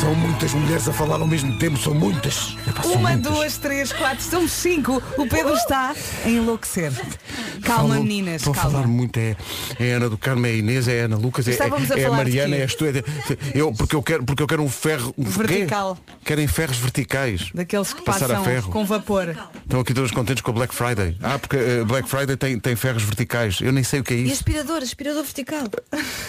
São muitas mulheres a falar ao mesmo tempo, são muitas. Epá, são Uma, muitas. duas, três, quatro, somos cinco. O Pedro está a enlouquecer. Calma, Falam- meninas, Estão a calma. falar muito, é, é a Ana do Carmo, é a Inês, é a Ana Lucas, é, Estávamos a é, é a falar de Mariana, quê? é a Estu, é, eu, porque eu quero, porque eu quero um ferro um Vertical. quê? Querem ferros verticais. Daqueles que Passar a passam ferro. com um vapor. Estão aqui todos contentes com a Black Friday. Ah, porque eh, Black Friday tem, tem ferros verticais. Eu nem sei o que é E isso. aspirador, aspirador vertical. é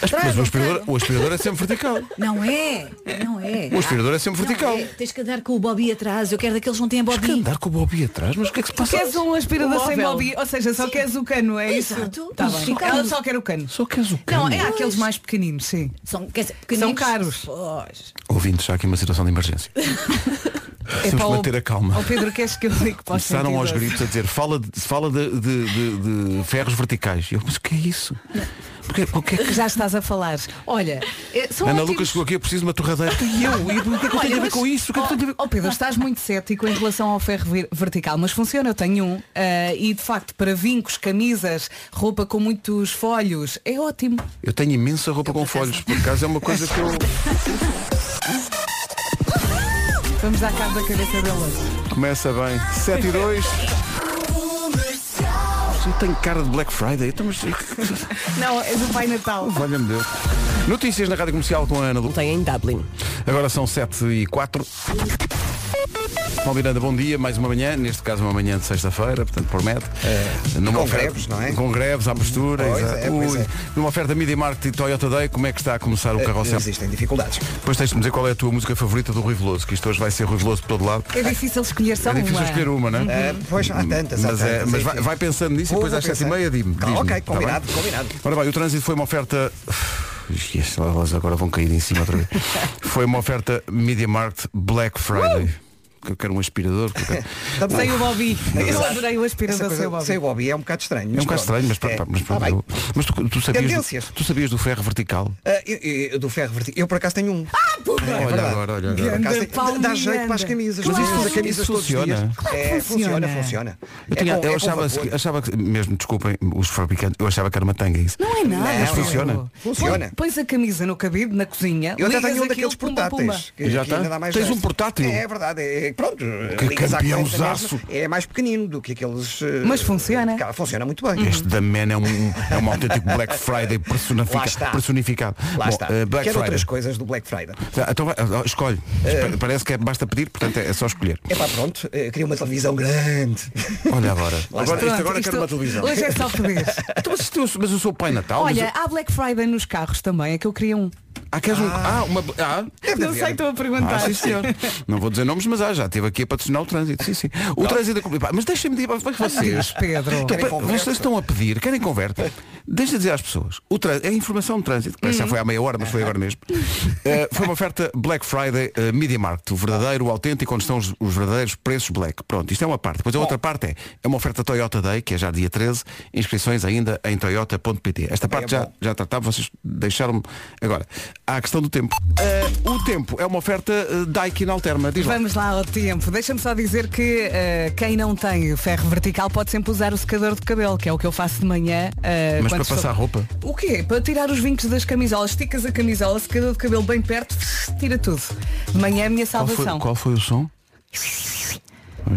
Mas o Tragam, aspirador, tragam. o aspirador é sempre vertical. Não é, não é. Ah. O aspirador é sempre Não vertical. é. Tens que andar com o Bobby atrás. Eu quero daqueles que não têm Mas que Bobby. andar com o Bobby atrás, mas o que é que se Tu passa? queres um aspirador O sem móvel. Bobby, ou seja, só queres o cano, é isso? Exato. Tá Os bem. ficados. Ela só quer o cano. Só queres o cano. Não, é aqueles mais pequeninos, sim. São, quer dizer, pequeninos. São caros. Pois. Ouvintes, há aqui uma situação de emergência. É Temos para que o- manter a calma. Ao Pedro, queres que eu ligue para o Começaram aos 112? gritos a dizer fala de, fala de, de- de- de ferros verticais. Eu, mas o que é isso? Porque, o que é que... Já estás a falar. Olha, eh, são Ana ótimos- Lucas chegou aqui, eu preciso de uma torradeira. E eu? E o que é que eu Olha, tenho a ver mas- com isso? O que é que eu tenho a ver Oh, Pedro, estás muito cético em relação ao ferro vir- vertical, mas funciona, eu tenho um. ah, e de facto, para vincos, camisas, roupa com muitos folhos, é ótimo. Eu tenho imensa roupa com folhos, por acaso é uma coisa que eu. Vamos dar cabo da cabeça dele hoje. Começa bem. 7 e 2. Eu tenho cara de Black Friday. então, Estamos. Não, és o Pai Natal. Valha-me Deus. Notícias na Rádio Comercial com a Ana Lu. Tem em Dublin. Agora são 7 e 4. Paulo Miranda, bom dia, mais uma manhã, neste caso uma manhã de sexta-feira, portanto promete. Numa com greves, não é? Com greves, à mistura, Pois exato. é, pois Ui, é. Numa oferta Media Market e Toyota Day, como é que está a começar o carrossel? Existem dificuldades. Depois tens de me dizer qual é a tua música favorita do Rui Veloso, que isto hoje vai ser Rui Veloso por todo lado. É difícil escolher só Então, É difícil uma. escolher uma, não é? Ah, pois há tantas, há Mas, é, tantas, mas enfim. vai, vai pensando nisso Vou- e depois vou às sete e pensar. meia diz-me. Ah, diz-me, ok, tá combinado, bem? combinado. Ora bem, o trânsito foi uma oferta. Esquece, elas agora vão cair em cima outra vez. foi uma oferta Media Markt Black Friday. Que eu quero um aspirador. que eu quero- É Tá bom. Sem o Bobby. Eu Exato. adorei o Essa aspirador coisa sem o sem Bobby. o Bobby é um bocado estranho. É um bocado pronto. estranho, mas pronto, É, pá, mas, pronto, tá bem. eu- mas tu, tu sabias Tendências. do, tu sabias do ferro vertical? Ah, eu- eu- do ferro vertical. Eu por acaso tenho um. Ah, pumba! É, Olha verdade. agora, olha agora. Por acaso, Grande Paulo dá jeito para as Miranda. Mas camisas. nós isso- usamos as camisas isso todos os funciona? dias. Claro que É, funciona, funciona. funciona. Eu, tinha- é com, eu é com achava, que, vapor. achava que, mesmo, desculpem, os fabricantes, eu achava que era uma tanga isso. Não é nada. Não, Mas não. funciona. Funciona. Pões a camisa no cabide, na cozinha, Eu até ligas tenho um aquilo, daqueles pumba, portáteis. pumba. que- Já que tá? ainda dá mais Tens jeito. um portátil? É verdade. É, pronto. Que ligas à corrente campeãozaço. mesmo, É mais pequenino do que aqueles. eh, Mas funciona. Cara, funciona muito bem. Este da Man é um, é um autêntico Black Friday personifica- Lá está. personificado. Lá Bom, está. eh, Quero Black Friday. outras coisas Eh. do Black Friday. Tá, Então vai, ah, escolhe. Espe- Parece que é, basta pedir, portanto é, é só escolher. É pá, pronto. eh, Queria uma televisão grande. Olha agora. agora Pronto, isto agora isto- quero uma televisão. Hoje é só poder. Então, mas, isto- mas eu sou o pai Natal. mas Olha, eu- há Black Friday nos carros também, é que eu queria um. ah, queres um. Ah, uma. Ah, Não sei, estou a Ah, perguntar. sim, senhor. Não vou dizer nomes, mas ah, já estive aqui a patrocinar o trânsito. Sim, sim. O trânsito é complicado. Mas deixem-me dizer, mas Diz, vocês. Pedro. Então, pa- conversa? vocês estão a pedir, querem converta. Deixa de dizer às pessoas. O trânsito, é a informação de trânsito, que Hum. parece que já foi há meia hora, mas foi agora mesmo. Eh, foi uma oferta Black Friday eh, Media Market, o verdadeiro, o autêntico, onde estão os, os verdadeiros preços black. Pronto, isto é uma parte. Depois a outra parte é, é uma oferta Toyota Day, que é já dia 13, inscrições ainda em toyota.pt. Esta parte já, é bom. já tratava, vocês deixaram-me. Agora, há a questão do tempo. Eh, o tempo é uma oferta eh, Daikin Alterma. Diz lá. Vamos lá ao tempo. Deixa-me só dizer que eh, quem não tem ferro vertical pode sempre usar o secador de cabelo, que é o que eu faço de manhã. eh, quando Mas para estou- passar roupa? O quê? Para tirar os vincos das camisolas. Esticas a camisola, secador de cabelo bem perto, tira tudo. De manhã é a minha Qual foi, salvação. qual foi o som?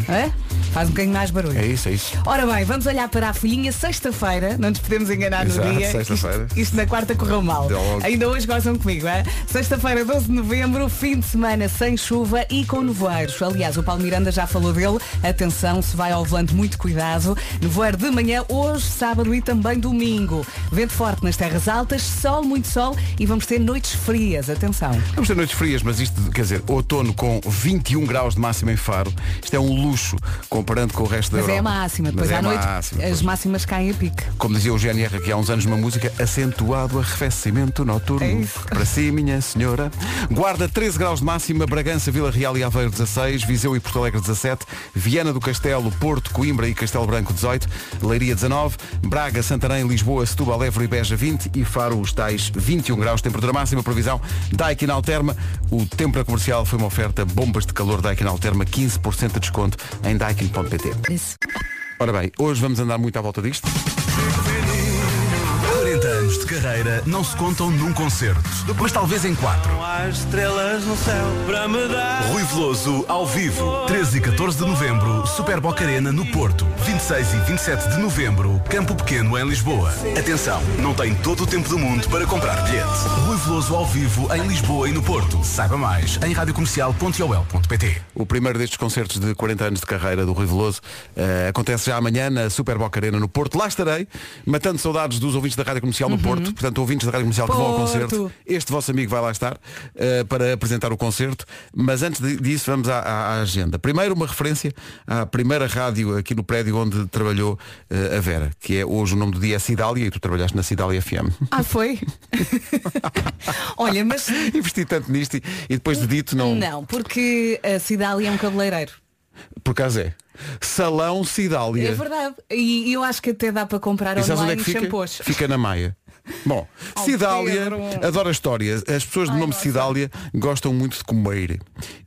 Hã? Faz um bocadinho mais barulho. É isso, é isso. Ora bem, vamos olhar para a folhinha sexta-feira, não nos podemos enganar Exato, no dia. sexta-feira. Isto, isto na quarta correu mal. Deu logo. Ainda hoje gozam comigo, é? Sexta-feira, 12 de novembro, fim de semana sem chuva e com nevoeiros. Aliás, o Paulo Miranda já falou dele. Atenção, se vai ao volante, muito cuidado. Nevoeiro de manhã, hoje, sábado e também domingo. Vento forte nas terras altas, sol, muito sol e vamos ter noites frias. Atenção. Vamos ter noites frias, mas isto, quer dizer, outono com 21 graus de máxima em Faro, isto é um luxo comparando com o resto da Mas é a Europa. máxima, Mas depois é à a noite máxima, as pois. máximas caem a pique. Como dizia o GNR aqui há uns anos numa música, acentuado arrefecimento noturno. É isso. Para si, minha senhora. Guarda 13 graus de máxima, Bragança, Vila Real e Aveiro 16, Viseu e Porto Alegre 17, Viana do Castelo, Porto, Coimbra e Castelo Branco 18, Leiria 19, Braga, Santarém, Lisboa, Setúbal, Évora e Beja 20 e Faro os tais 21 graus. Temperatura máxima, previsão Daikin Alterma. O tempo na comercial foi uma oferta bombas de calor Daikin Alterma, 15% de desconto em daikin.pt. Ora bem, hoje vamos andar muito à volta disto. 40 anos anos de carreira não se contam num concerto, mas talvez em quatro. Há estrelas no céu para me dar. Rui Veloso, ao vivo, 13 e 14 de novembro, Super Boca Arena no Porto. 26 e 27 de novembro, Campo Pequeno em Lisboa. Atenção, não tem todo o tempo do mundo para comprar bilhete. Rui Veloso ao vivo em Lisboa e no Porto. Saiba mais em radiocomercial.ol.pt. O primeiro destes concertos de 40 anos de carreira do Rui Veloso eh, acontece já amanhã na Super Boca Arena no Porto. Lá estarei, matando saudades dos ouvintes da Rádio Comercial no Porto. Portanto, ouvintes da Rádio Comercial que vão ao Porto. concerto. Este vosso amigo vai lá estar eh, para apresentar o concerto. Mas antes de- disso, vamos à, à- à agenda. Primeiro, uma referência à primeira rádio aqui no prédio onde trabalhou eh, a Vera, que é hoje o nome do dia é Cidália e tu trabalhaste na Cidália FM. Ah, foi? Olha, mas Investi tanto nisto e, e depois de dito não. não, porque a Cidália é um cabeleireiro. Por acaso é. Salão Cidália. É verdade. E e eu acho que até dá para comprar E sabes onde é online que fica? shampoos. Fica na Maia. Bom, Cidália Pedro. adora histórias. As pessoas de nome Cidália gostam muito de comer.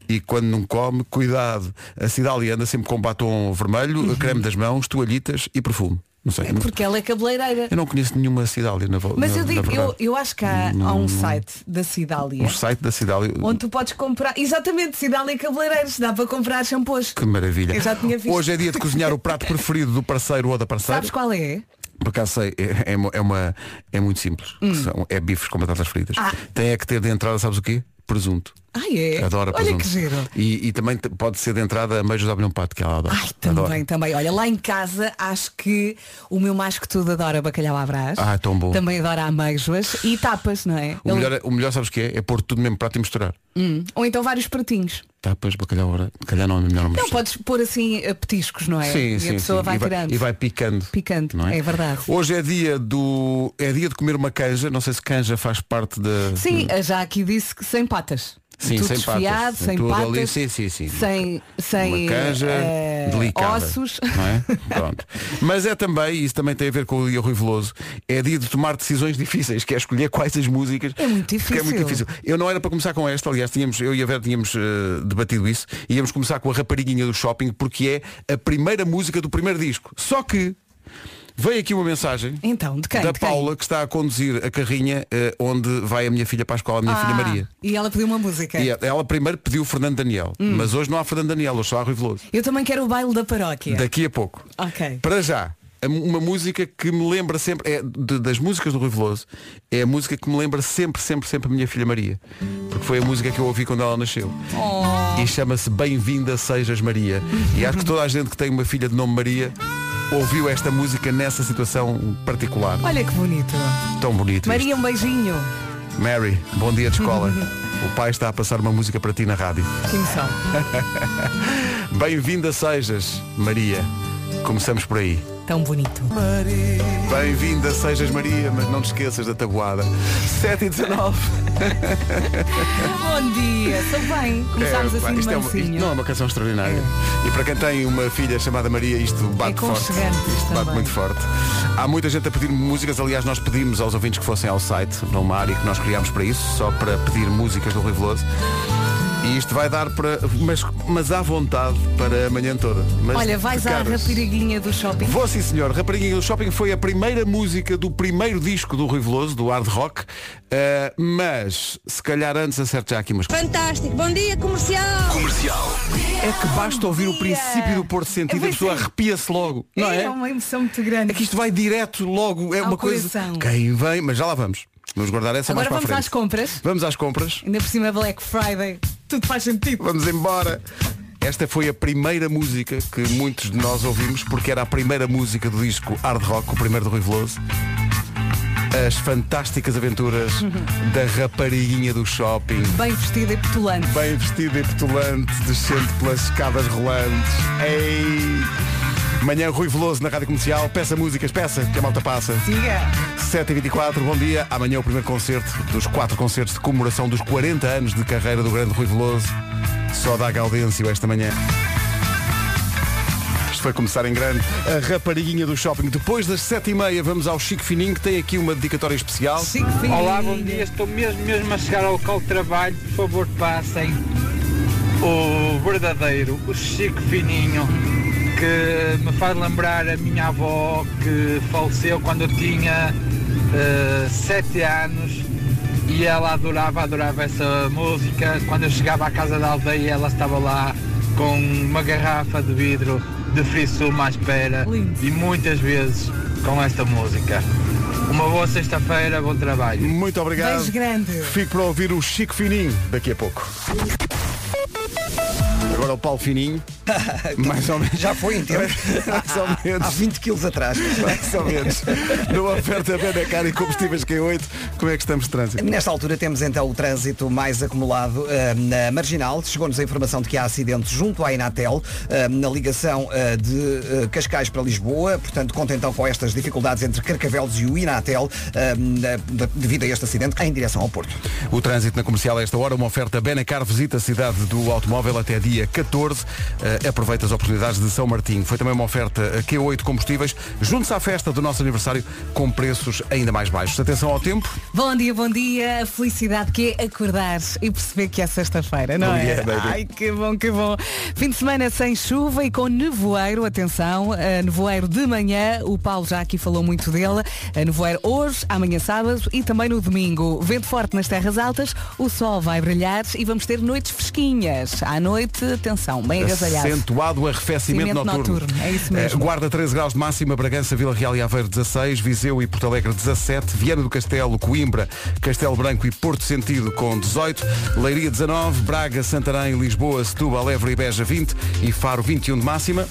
E quando não come, cuidado. A Cidália anda sempre com batom vermelho, creme das mãos, toalhitas e perfume. Não sei. Porque ela Uhum. é cabeleireira. Eu não conheço nenhuma Cidália na vo- Mas na, eu na digo, eu, verdade. eu acho que há, há um site da Cidália Um site da Cidália. onde tu podes comprar. Exatamente, Cidália Cabeleireiros, dá para comprar shampoos. Que maravilha. Eu já tinha visto. Hoje é dia de cozinhar o prato preferido do parceiro ou da parceira. Sabes qual é? Por acaso sei, é, é, uma- é uma, é muito simples. que São, é bifes com batatas fritas. Hum. Ah. Tem é que ter de entrada, sabes o quê? Presunto. Ah, é? Adora Olha presunto. que giro. E, e também te- pode ser de entrada ameijos de abelhão pato, que ela adora. Ai, também, Adora. também. Olha, lá em casa acho que o meu mais que tudo adora bacalhau à brás. Ah, tão bom. Também adora ameijoas e tapas, não é? O Ele- melhor, é- o melhor sabes o que é? É pôr tudo no mesmo prato e misturar. Hum. Ou então vários pratinhos. Tapas, bacalhau, ora- calhar não é melhor não Não, misturar. podes pôr assim eh, petiscos, não é? Sim, e sim, a pessoa sim. vai e, vai, tirando. e vai picando. Picando, não é verdade. Hoje é dia do. É dia de comer uma canja. Não sei se canja faz parte da. Sim, eh, já aqui disse que sem patas. Sim, tudo sem patas. desfiado, sem Tudo patas. ali, sim, sim, sim. Sem, sem uma canja eh, delicada. ossos. Não é? Pronto. Mas é também, e isso também tem a ver com o dia Rui Veloso, é dia de tomar decisões difíceis, que é escolher quais as músicas. É muito porque difícil. É muito difícil. Eu não era para começar com esta, aliás, tínhamos, eu e a Vera tínhamos eh, debatido isso, e íamos começar com a Rapariguinha do Shopping, porque é a primeira música do primeiro disco. Só que veio aqui uma mensagem. Então, de quem? Da De quem? Paula, que está a conduzir a carrinha eh, onde vai a minha filha para a escola, a minha Ah, filha Maria. E ela pediu uma música. E ela primeiro pediu o Fernando Daniel, Hum. mas hoje não há Fernando Daniel, hoje só há Rui Veloso. Eu também quero o baile da paróquia. Daqui a pouco. Ok. Para já, a mu- uma música que me lembra sempre, é de- das músicas do Rui Veloso, é a música que me lembra sempre, sempre, sempre a minha filha Maria. Porque foi a música que eu ouvi quando ela nasceu. E chama-se Bem-vinda Sejas Maria. E acho que toda a gente que tem uma filha de nome Maria ouviu esta música nessa situação particular. Olha que bonito. Tão bonito. isto. Maria, um beijinho. Mary, bom dia de escola. o pai está a passar uma música para ti na rádio. Quem são? Bem-vinda Sejas Maria. Começamos por aí. Tão bonito. Bem-vinda, sejas Maria, mas não te esqueças da tabuada. 7 e 19. Bom dia, sou bem. Começámos É, pá, assim de isto é uma, isto mansinho. É. não é uma canção extraordinária. E para quem tem uma filha chamada Maria, isto bate forte. aconchegante Isto bate É também. muito forte. Há muita gente a pedir músicas, aliás, nós pedimos aos ouvintes que fossem ao site, numa área que nós criámos para isso, só para pedir músicas do Rui Veloso. E isto vai dar para. Mas, mas à vontade para a manhã toda. Mas Olha, vais de à caras. rapariguinha do shopping. Vou sim senhor, Rapariguinha do Shopping foi a primeira música do primeiro disco do Rui Veloso, do Hard Rock, eh, mas se calhar antes acerto já aqui umas coisas. Fantástico. Bom dia, comercial. Comercial. É que basta ouvir o dia! princípio do Porto Sentido e a É, pessoa pois é. arrepia-se logo, não é? É uma emoção muito grande. É que isto vai direto logo, é Ao uma coisa. coração. Quem vem, mas já lá vamos. Vamos guardar essa Agora Tá mais vamos para a às frente. compras. Vamos às compras. Ainda por cima Black Friday. Tudo faz sentido. Vamos embora. Esta foi a primeira música que muitos de nós ouvimos porque era a primeira música do disco Hard Rock, o primeiro do Rui Veloso. As fantásticas aventuras da rapariguinha do shopping, Bem vestida e petulante. bem vestida e petulante, descendo pelas escadas rolantes. Ei! Manhã Rui Veloso na Rádio Comercial, peça músicas, peça, que a malta passa. Siga. 7h24, bom dia. Amanhã é o primeiro concerto dos quatro concertos de comemoração dos 40 anos de carreira do grande Rui Veloso. Só dá Gaudêncio esta manhã. Isto foi começar em grande. A rapariguinha do shopping. Depois das 7h30 vamos ao Chico Fininho, que tem aqui uma dedicatória especial. Chico Fininho. Olá, bom dia. Estou mesmo, mesmo a chegar ao local de trabalho. Por favor, passem o verdadeiro, o Chico Fininho, que me faz lembrar a minha avó que faleceu quando eu tinha eh, sete anos e ela adorava, adorava essa música. Quando eu chegava à casa da aldeia, ela estava lá com uma garrafa de vidro de frissuma à espera Lindo. e muitas vezes com esta música. Uma boa sexta-feira, bom trabalho. Muito obrigado. Beijo grande. Fico para ouvir o Chico Fininho daqui a pouco. Agora o Paulo Fininho. mais ou menos. Já foi em tempo. mais ou Há menos. 20 quilos atrás. Mais ou menos. Numa oferta Benacar e combustíveis Q8. Como é que estamos de trânsito? Nesta altura temos então o trânsito mais acumulado eh, na Marginal. Chegou-nos a informação de que há acidente junto à Inatel, eh, na ligação eh, de eh, Cascais para Lisboa. Portanto, conta então com estas dificuldades entre Carcavelos e o Inatel, eh, na- de- devido a este acidente, em direção ao Porto. O trânsito na comercial a esta hora, uma oferta Benacar visita a cidade do automóvel até dia 14. Eh, aproveita as oportunidades de São Martinho. Foi também uma oferta eh, Q8 combustíveis. Junte-se à festa do nosso aniversário com preços ainda mais baixos. Atenção ao tempo. Bom dia, bom dia. A felicidade que é acordar e perceber que é sexta-feira, não Bom é? dia, baby. Ai, que bom, que bom. Fim de semana sem chuva e com nevoeiro, atenção, eh, nevoeiro de manhã, o Paulo já aqui falou muito dele, eh, nevoeiro hoje, amanhã sábado e também no domingo. Vento forte nas terras altas, o sol vai brilhar e vamos ter noites fresquinhas. À noite, atenção, bem agasalhado. Acentuado arrefecimento Aquecimento noturno. É noturno, é isso mesmo. Eh, Guarda 13 graus de máxima, Bragança, Vila Real e Aveiro 16, Viseu e Porto Alegre 17, Viana do Castelo, Coimbra, Castelo Branco e Porto Sentido com 18, Leiria 19, Braga, Santarém, Lisboa, Setúbal, Évora e Beja 20 e Faro 21 de máxima.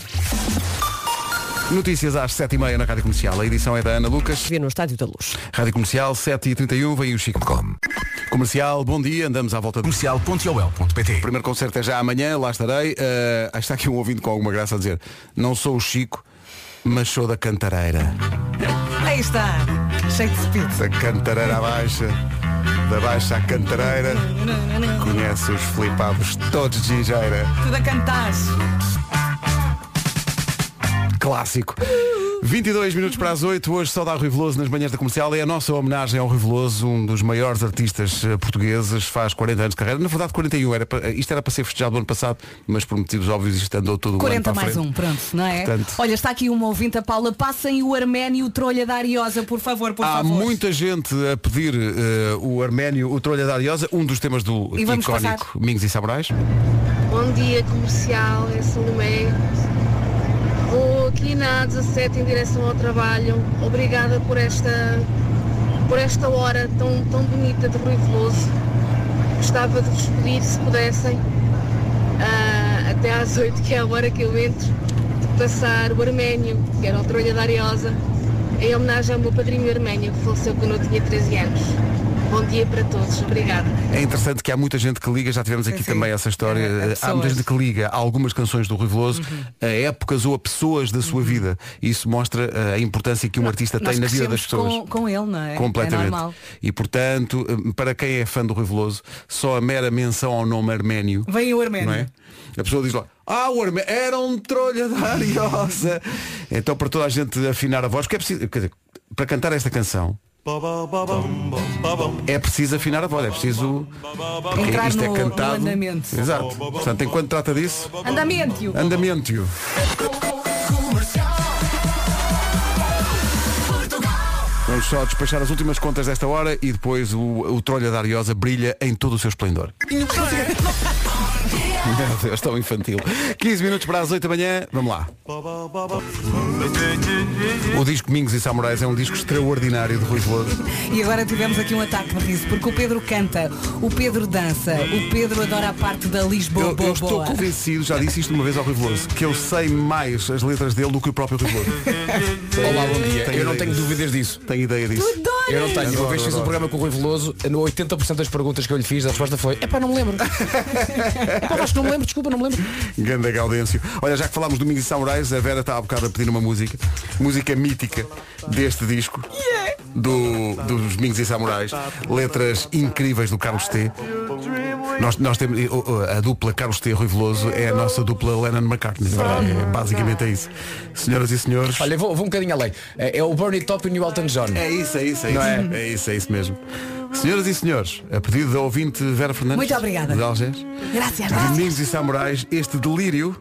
Notícias às 7h30 na Rádio Comercial. A edição é da Ana Lucas. Vê no Estádio da Luz. Rádio Comercial 7h31, vem o Chico.com. Comercial, bom dia, andamos à volta do Comercial.ol.pt o primeiro concerto é já amanhã, lá estarei. Eh, ah, está aqui um ouvindo com alguma graça a dizer, não sou o Chico, mas sou da cantareira. Aí está, cheio de speed. Da cantareira à baixa, da baixa à cantareira. Conhece os flipados todos de gingeira. Tudo a cantar. Clássico. 22 minutos para as 8, hoje só dá Rui Veloso nas manhãs da comercial. É a nossa homenagem ao Rui Veloso, um dos maiores artistas eh, portugueses, faz 40 anos de carreira. Na verdade, 41. Era para- isto era para ser festejado no ano passado, mas por motivos óbvios isto andou todo o ano 40 para a mais frente. um, pronto, não é? Portanto- Olha, está aqui uma ouvinte, a Paula. Passem o Arménio Trolha da Ariosa, por favor, por Há favor. muita gente a pedir eh, o Arménio, o Trolha da Ariosa, um dos temas do E vamos icónico passar. Mingos e Saborais. Bom dia, comercial, é Salomé. Vou aqui na A17 em direção ao trabalho. Obrigada por esta, por esta hora tão, tão bonita de Rui Veloso. Gostava de vos pedir, se pudessem, ah, até às 8, que é a hora que eu entro, de passar o Arménio, que era o Trolha da Ariosa, em homenagem ao meu padrinho Arménio, que faleceu quando eu tinha 13 anos. Bom dia para todos, obrigada. É interessante que há muita gente que liga, já tivemos aqui Sim, sim. também essa história. É, a eh, há muita pessoas. Uhum. gente que liga a algumas canções do Rui Veloso a épocas ou a pessoas da sua vida. Isso mostra eh, a importância que um artista Nós tem na vida das crescemos pessoas. Com, com ele, não é? É Completamente. normal. e portanto, eh, para quem é fã do Rui Veloso, só a mera menção ao nome arménio Vem o não Arménio. é? A pessoa diz lá, ah, o Arme era um trolha da Ariosa. então para toda a gente afinar a voz, porque é preciso, quer dizer, para cantar esta canção é preciso afinar a voz, é preciso porque Entrar isto no- é no cantado. andamento. Exato. Portanto, enquanto trata disso, Andamento. andamento. Vamos só despachar as últimas contas desta hora e depois o, o trolha da Ariosa brilha em todo o seu esplendor. Meu Deus, tão infantil. 15 minutos para as 8 da manhã, vamos lá. O disco Mingos e Samurais é um disco extraordinário de Rui Veloso. E agora tivemos aqui um ataque de riso, porque o Pedro canta, o Pedro dança, o Pedro adora a parte da Lisboa. Eu, eu boa, estou boa. convencido, já disse isto uma vez ao Rui Veloso, que eu sei mais as letras dele do que o próprio Rui Veloso. Olá, bom dia. eu não ideia tenho disso. dúvidas disso. Tenho ideia disso. Eu não tenho. Adoro, Uma vez fiz um adoro. programa com o Rui Veloso, no 80% das perguntas que eu lhe fiz, a resposta foi, epá, não me lembro. epá, acho que não me lembro, desculpa, não me lembro. Ganda Gaudêncio. Olha, já que falámos do Mingos e Samurais, a Vera está há bocado a pedir uma música, música mítica deste disco. Do, dos Mingos e Samurais, letras incríveis do Carlos T. Nós, nós temos o- o- a dupla Carlos T. Rui Veloso é a nossa dupla Lennon McCartney. É, basicamente é isso. Senhoras e senhores. Olha, vou, vou um bocadinho além. É, é o Bernie Top e o Elton John. É isso, é isso, é isso. É? isso, é isso mesmo. Senhoras e senhores, a pedido da ouvinte Vera Fernandes. Muito obrigada. De Algés. Graças. Domingos e Samurais, este delírio.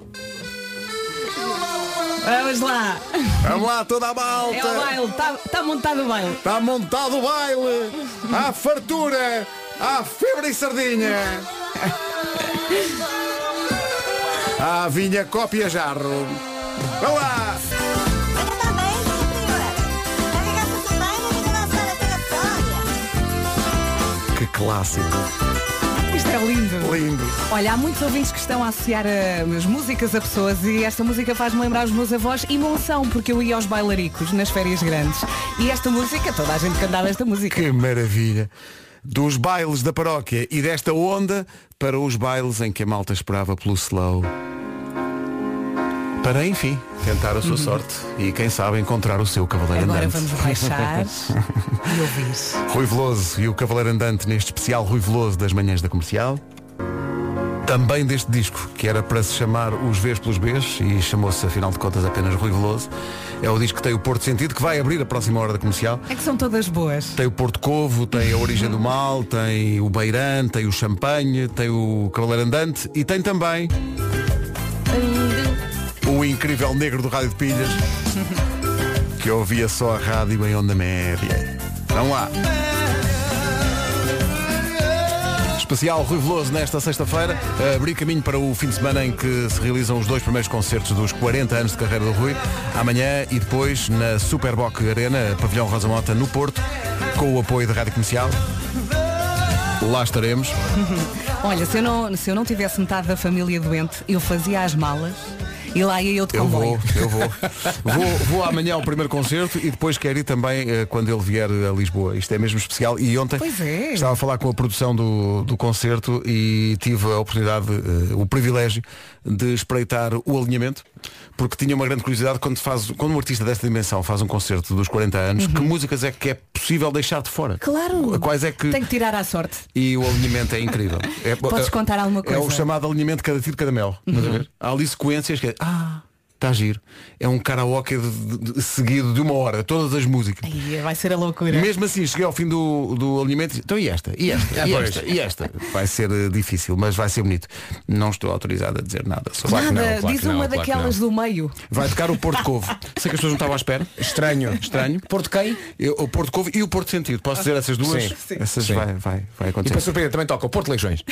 Vamos lá. Vamos lá, toda a malta. É o baile, está tá montado o baile. Está montado o baile. Há fartura. Há febre e sardinha. Há vinha cópia jarro. Vamos lá. Que clássico. Isto é lindo. Lindo. Olha, há muitos ouvintes que estão a associar ah, as músicas a pessoas e esta música faz-me lembrar os meus avós e Monção, porque eu ia aos bailaricos nas férias grandes. E esta música, toda a gente cantava esta música. Que maravilha. Dos bailes da paróquia e desta onda para os bailes em que a malta esperava pelo slow. Para, enfim, tentar a sua sorte e, quem sabe, encontrar o seu cavaleiro Agora andante. vamos baixar e ouvir. Rui Veloso e o Cavaleiro Andante neste especial Rui Veloso das manhãs da comercial. Também deste disco, que era para se chamar Os Vês pelos Bs e chamou-se, afinal de contas, apenas Rui Veloso. É o disco que tem o Porto Sentido, que vai abrir a próxima hora da comercial. É que são todas boas. Tem o Porto Covo, tem a Origem do Mal, tem o Beirão, tem o Champanhe, tem o Cavaleiro Andante e tem também o incrível negro do Rádio de Pilhas, que eu ouvia só a rádio em onda média. Vamos lá. Especial Rui Veloso nesta sexta-feira a abrir caminho para o fim de semana em que se realizam os dois primeiros concertos dos 40 anos de carreira do Rui, amanhã e depois na Superboc Arena, Pavilhão Rosa Mota, no Porto, com o apoio da Rádio Comercial. Lá estaremos. Olha, se eu, não, se eu não tivesse metade da família doente, eu fazia as malas e lá ia eu de Eu comboio. vou, eu vou. vou. Vou amanhã ao primeiro concerto e depois quero ir também eh, quando ele vier a Lisboa. Isto é mesmo especial. E ontem Pois é. estava a falar com a produção do, do concerto e tive a oportunidade, eh, o privilégio de espreitar o alinhamento, porque tinha uma grande curiosidade quando, faz, quando um artista desta dimensão faz um concerto dos 40 anos, que músicas é que é possível deixar de fora? Uhum. Claro. Quais é que. Tem que tirar à sorte. E o alinhamento é incrível. É, Podes é- contar alguma É coisa? Uhum. o chamado alinhamento de cada tiro, de cada mel. Estás a ver? Há ali sequências que é. Ah, está giro. É um karaoke de- de- de- seguido de uma hora, todas as músicas. Ai, vai ser a loucura. Mesmo assim, cheguei ao fim do, do alinhamento e disse, então e esta? E esta? Ah, E pois. esta? E esta? Vai ser eh, difícil, mas vai ser bonito. Não estou autorizado a dizer nada. Sobre Claro que Nada, não, claro diz que não, uma claro que daquelas do meio. Vai tocar o Porto Covo. Sei que as pessoas não estavam à espera. Estranho. Estranho. Porto quem? Eu- o Porto Covo e o Porto Sentido. Posso dizer essas duas? Sim. Sim. Essas Sim. Vai, vai, vai E para acontecer. surpreender também toca o Porto Leixões.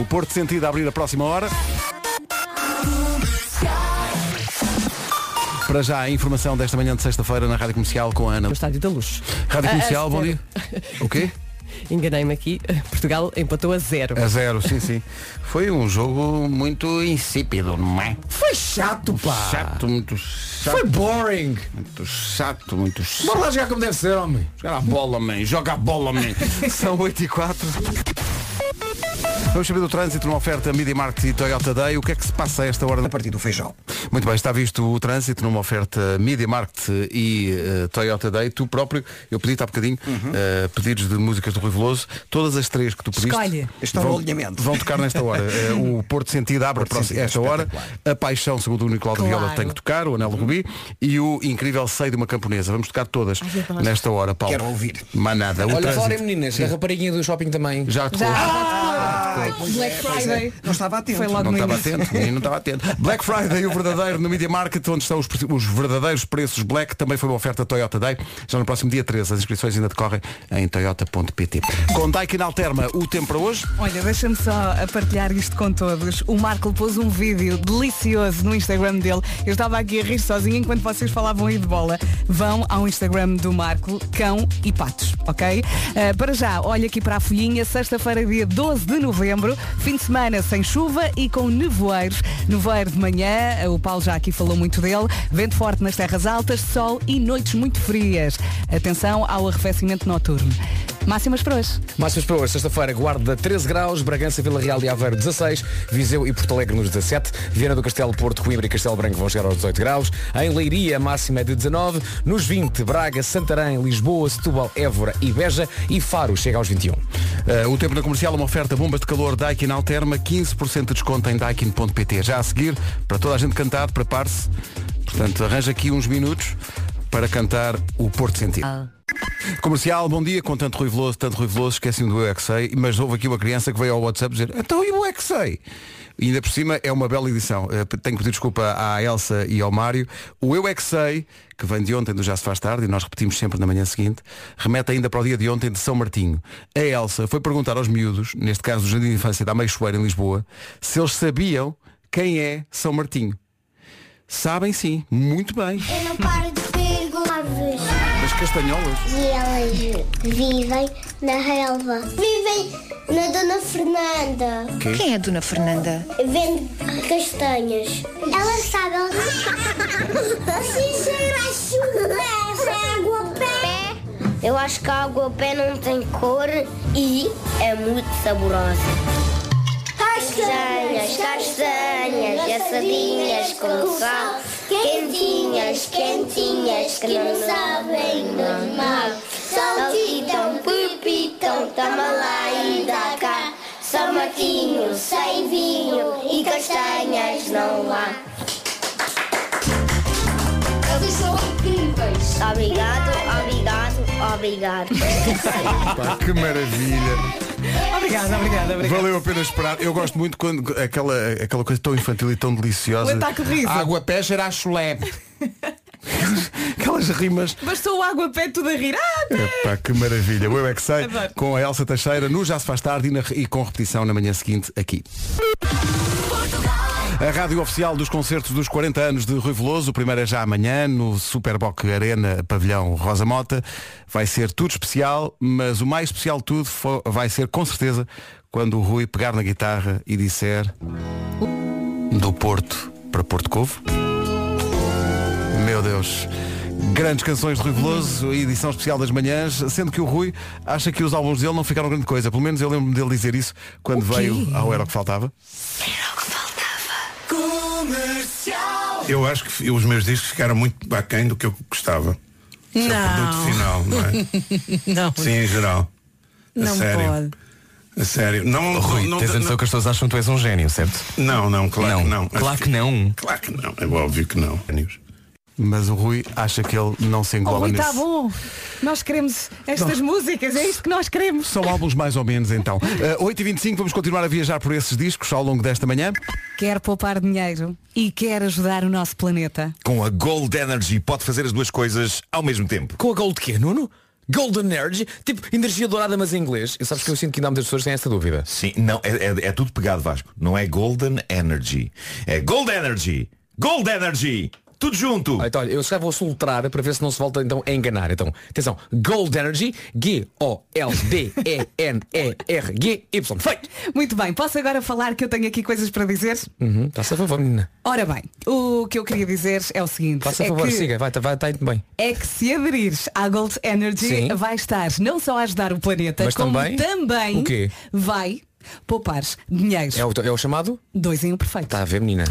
O Porto Sentido a abrir a próxima hora. Para já a informação desta manhã de sexta-feira na Rádio Comercial com a Ana. no Estádio da Luz. Rádio Ah, Comercial, ah, bom dia. O quê? Enganei-me aqui. Portugal empatou a zero. A zero, sim, sim. Foi um jogo muito insípido, não é? Foi chato, pá. Chato, muito chato, Foi boring. muito chato, muito chato. Bora lá jogar como deve ser, homem. Joga a bola, man. Joga a bola, man. São 8 e 4. Vamos saber do trânsito numa oferta Media Market e Toyota Day. O que é que se passa a esta hora A partir do feijão. Muito bem, está visto o trânsito numa oferta Media Market e eh, Toyota Day. Tu próprio, eu pedi-te há bocadinho Uhum. eh, pedidos de músicas do Rui Veloso. Todas as três que tu pediste Escolhe. Estão no alinhamento. vão tocar nesta hora. Eh, o Porto Sentido abre a Porto próxima, Sentido, esta hora. espetacular. A Paixão, segundo o Nicolau de Viola, Claro. tem que tocar. O Anel Rubi. E o Incrível Sei de uma Camponesa. Vamos tocar todas nesta hora, Paulo. Quero ouvir. é Manada. O Olha, fora trânsito. meninas, a rapariguinha do shopping também. Já tocou. é, é? Black Friday. é, Não estava atento. Foi logo Não no estava início. atento, menino, não estava atento. Black Friday, o verdadeiro no Media Market, onde estão os, pre- os verdadeiros preços Black, também foi uma oferta Toyota Day. Já no próximo dia 13, as inscrições ainda decorrem em toyota.pt. Com Daikin Alterma, o tempo para hoje. Olha, deixa-me só a partilhar isto com todos. O Marco pôs um vídeo delicioso no Instagram dele. Eu estava aqui a rir sozinha enquanto vocês falavam aí de bola. Vão ao Instagram do Marco, cão e patos, ok? Ah, para já, olha aqui para a folhinha, sexta-feira, dia 12 de novembro, fim de semana sem chuva e com nevoeiros. Nevoeiro de manhã, eh, o Paulo já aqui falou muito dele, vento forte nas terras altas, sol e noites muito frias. Atenção ao arrefecimento noturno. Máximas para hoje. Máximas para hoje, sexta-feira, Guarda 13 graus, Bragança, Vila Real e Aveiro 16, Viseu e Porto Alegre nos 17, Viana do Castelo, Porto, Coimbra e Castelo Branco vão chegar aos 18 graus, em Leiria a máxima é de 19, nos 20, Braga, Santarém, Lisboa, Setúbal, Évora e Beja e Faro chega aos 21. Eh, o tempo na comercial, uma oferta bombas de calor Daikin Alterma, 15% de desconto em daikin.pt. Já a seguir, para toda a gente cantar, prepare-se. Portanto, arranja aqui uns minutos para cantar o Porto Sentido. Comercial, bom dia, com tanto Rui Veloso, tanto Rui Veloso, esqueci-me do Eu É Que Sei, mas houve aqui uma criança que veio ao WhatsApp dizer, então eu é que sei. E ainda por cima é uma bela edição. Eh, Tenho que pedir desculpa à Elsa e ao Mário. O Eu É Que Sei, que vem de ontem do Já Se Faz Tarde, e nós repetimos sempre na manhã seguinte, remete ainda para o dia de ontem de São Martinho. A Elsa foi perguntar aos miúdos, neste caso do Jardim de Infância da Meixoeira, em Lisboa, se eles sabiam quem é São Martinho. Sabem sim, muito bem. Eu não paro de ver aves. Mas castanholas. E elas vivem na relva. Vivem na Dona Fernanda. Quê? Quem é a Dona Fernanda? Vende castanhas. Ela sabe, ela sabe. cheira chuva, água, pé. Eu acho que a água pé não tem cor e é muito saborosa. Castanhas, castanhas, assadinhas com sal, quentinhas, quentinhas, que não sabem do mal. Saltitão, pepitão, toma lá e dá cá, São Martinho, sem vinho e castanhas não há. Vocês são incríveis. Obrigado, obrigado, obrigado. Pá, Ah, que maravilha. Obrigada, obrigada, obrigada. Valeu a pena esperar. Eu gosto muito quando aquela, aquela coisa tão infantil e tão deliciosa. O ataque de riso. Água pé cheira a chulé. Aquelas rimas. Bastou o água pé tudo a rir. Ah, pé. É, Epá, que maravilha. O Eu é que sei, Adoro. com a Elsa Teixeira, no Já se faz tarde e, na- e com repetição na manhã seguinte aqui. A rádio oficial dos concertos dos 40 anos de Rui Veloso, o primeiro é já amanhã, no Superboc Arena, pavilhão Rosa Mota. Vai ser tudo especial, mas o mais especial de tudo fo- vai ser, com certeza, quando o Rui pegar na guitarra e disser do Porto para Porto Covo. Meu Deus. Grandes canções de Rui Veloso, edição especial das manhãs, sendo que o Rui acha que os álbuns dele não ficaram grande coisa. Pelo menos eu lembro-me dele dizer isso quando veio ao Era o que Faltava. Comercial. Eu acho que os meus discos ficaram muito aquém do que eu gostava. Não. Produto final, não é? não. Sim, em geral. A Não sério. pode. A sério. Oh, Não, Rui, não, tens a não, noção que as pessoas acham que tu és um gênio, certo? Não, não, claro que não. Claro que não. Claro que não. É óbvio que não. Mas o Rui acha que ele não se Oh, engola Rui, nisso. está bom. Nós queremos estas músicas, é isto que nós queremos. São álbuns mais ou menos então. Uh, 8h25, vamos continuar a viajar por esses discos ao longo desta manhã. Quer poupar dinheiro e quer ajudar o nosso planeta. Com a Gold Energy pode fazer as duas coisas ao mesmo tempo. Com a Gold quê, Nuno? Golden Energy? Tipo, energia dourada, mas em inglês. E sabes que eu sinto que ainda há muitas pessoas que têm esta dúvida. Sim, não, é, é- é tudo pegado Vasco. Não é Golden Energy. É Gold Energy. Gold Energy. Tudo junto. Ah, Então, olha, eu se calhar vou soltar para ver se não se volta então a enganar. Então, atenção, Gold Energy, G-O-L-D-E-N-E-R-G-Y. Feito! Muito bem, posso agora falar que eu tenho aqui coisas para dizer? Uhum, Está-se a favor, menina. Ora bem, o que eu queria dizer é o seguinte. Faça é favor, que... siga, vai, tá- vai, está indo bem. É que se aderires à Gold Energy, Sim. vai estar não só a ajudar o planeta, Mas como também- O quê? vai poupar dinheiro. É o, Tá. é o chamado? Dois em um perfeito. Está a ver, menina.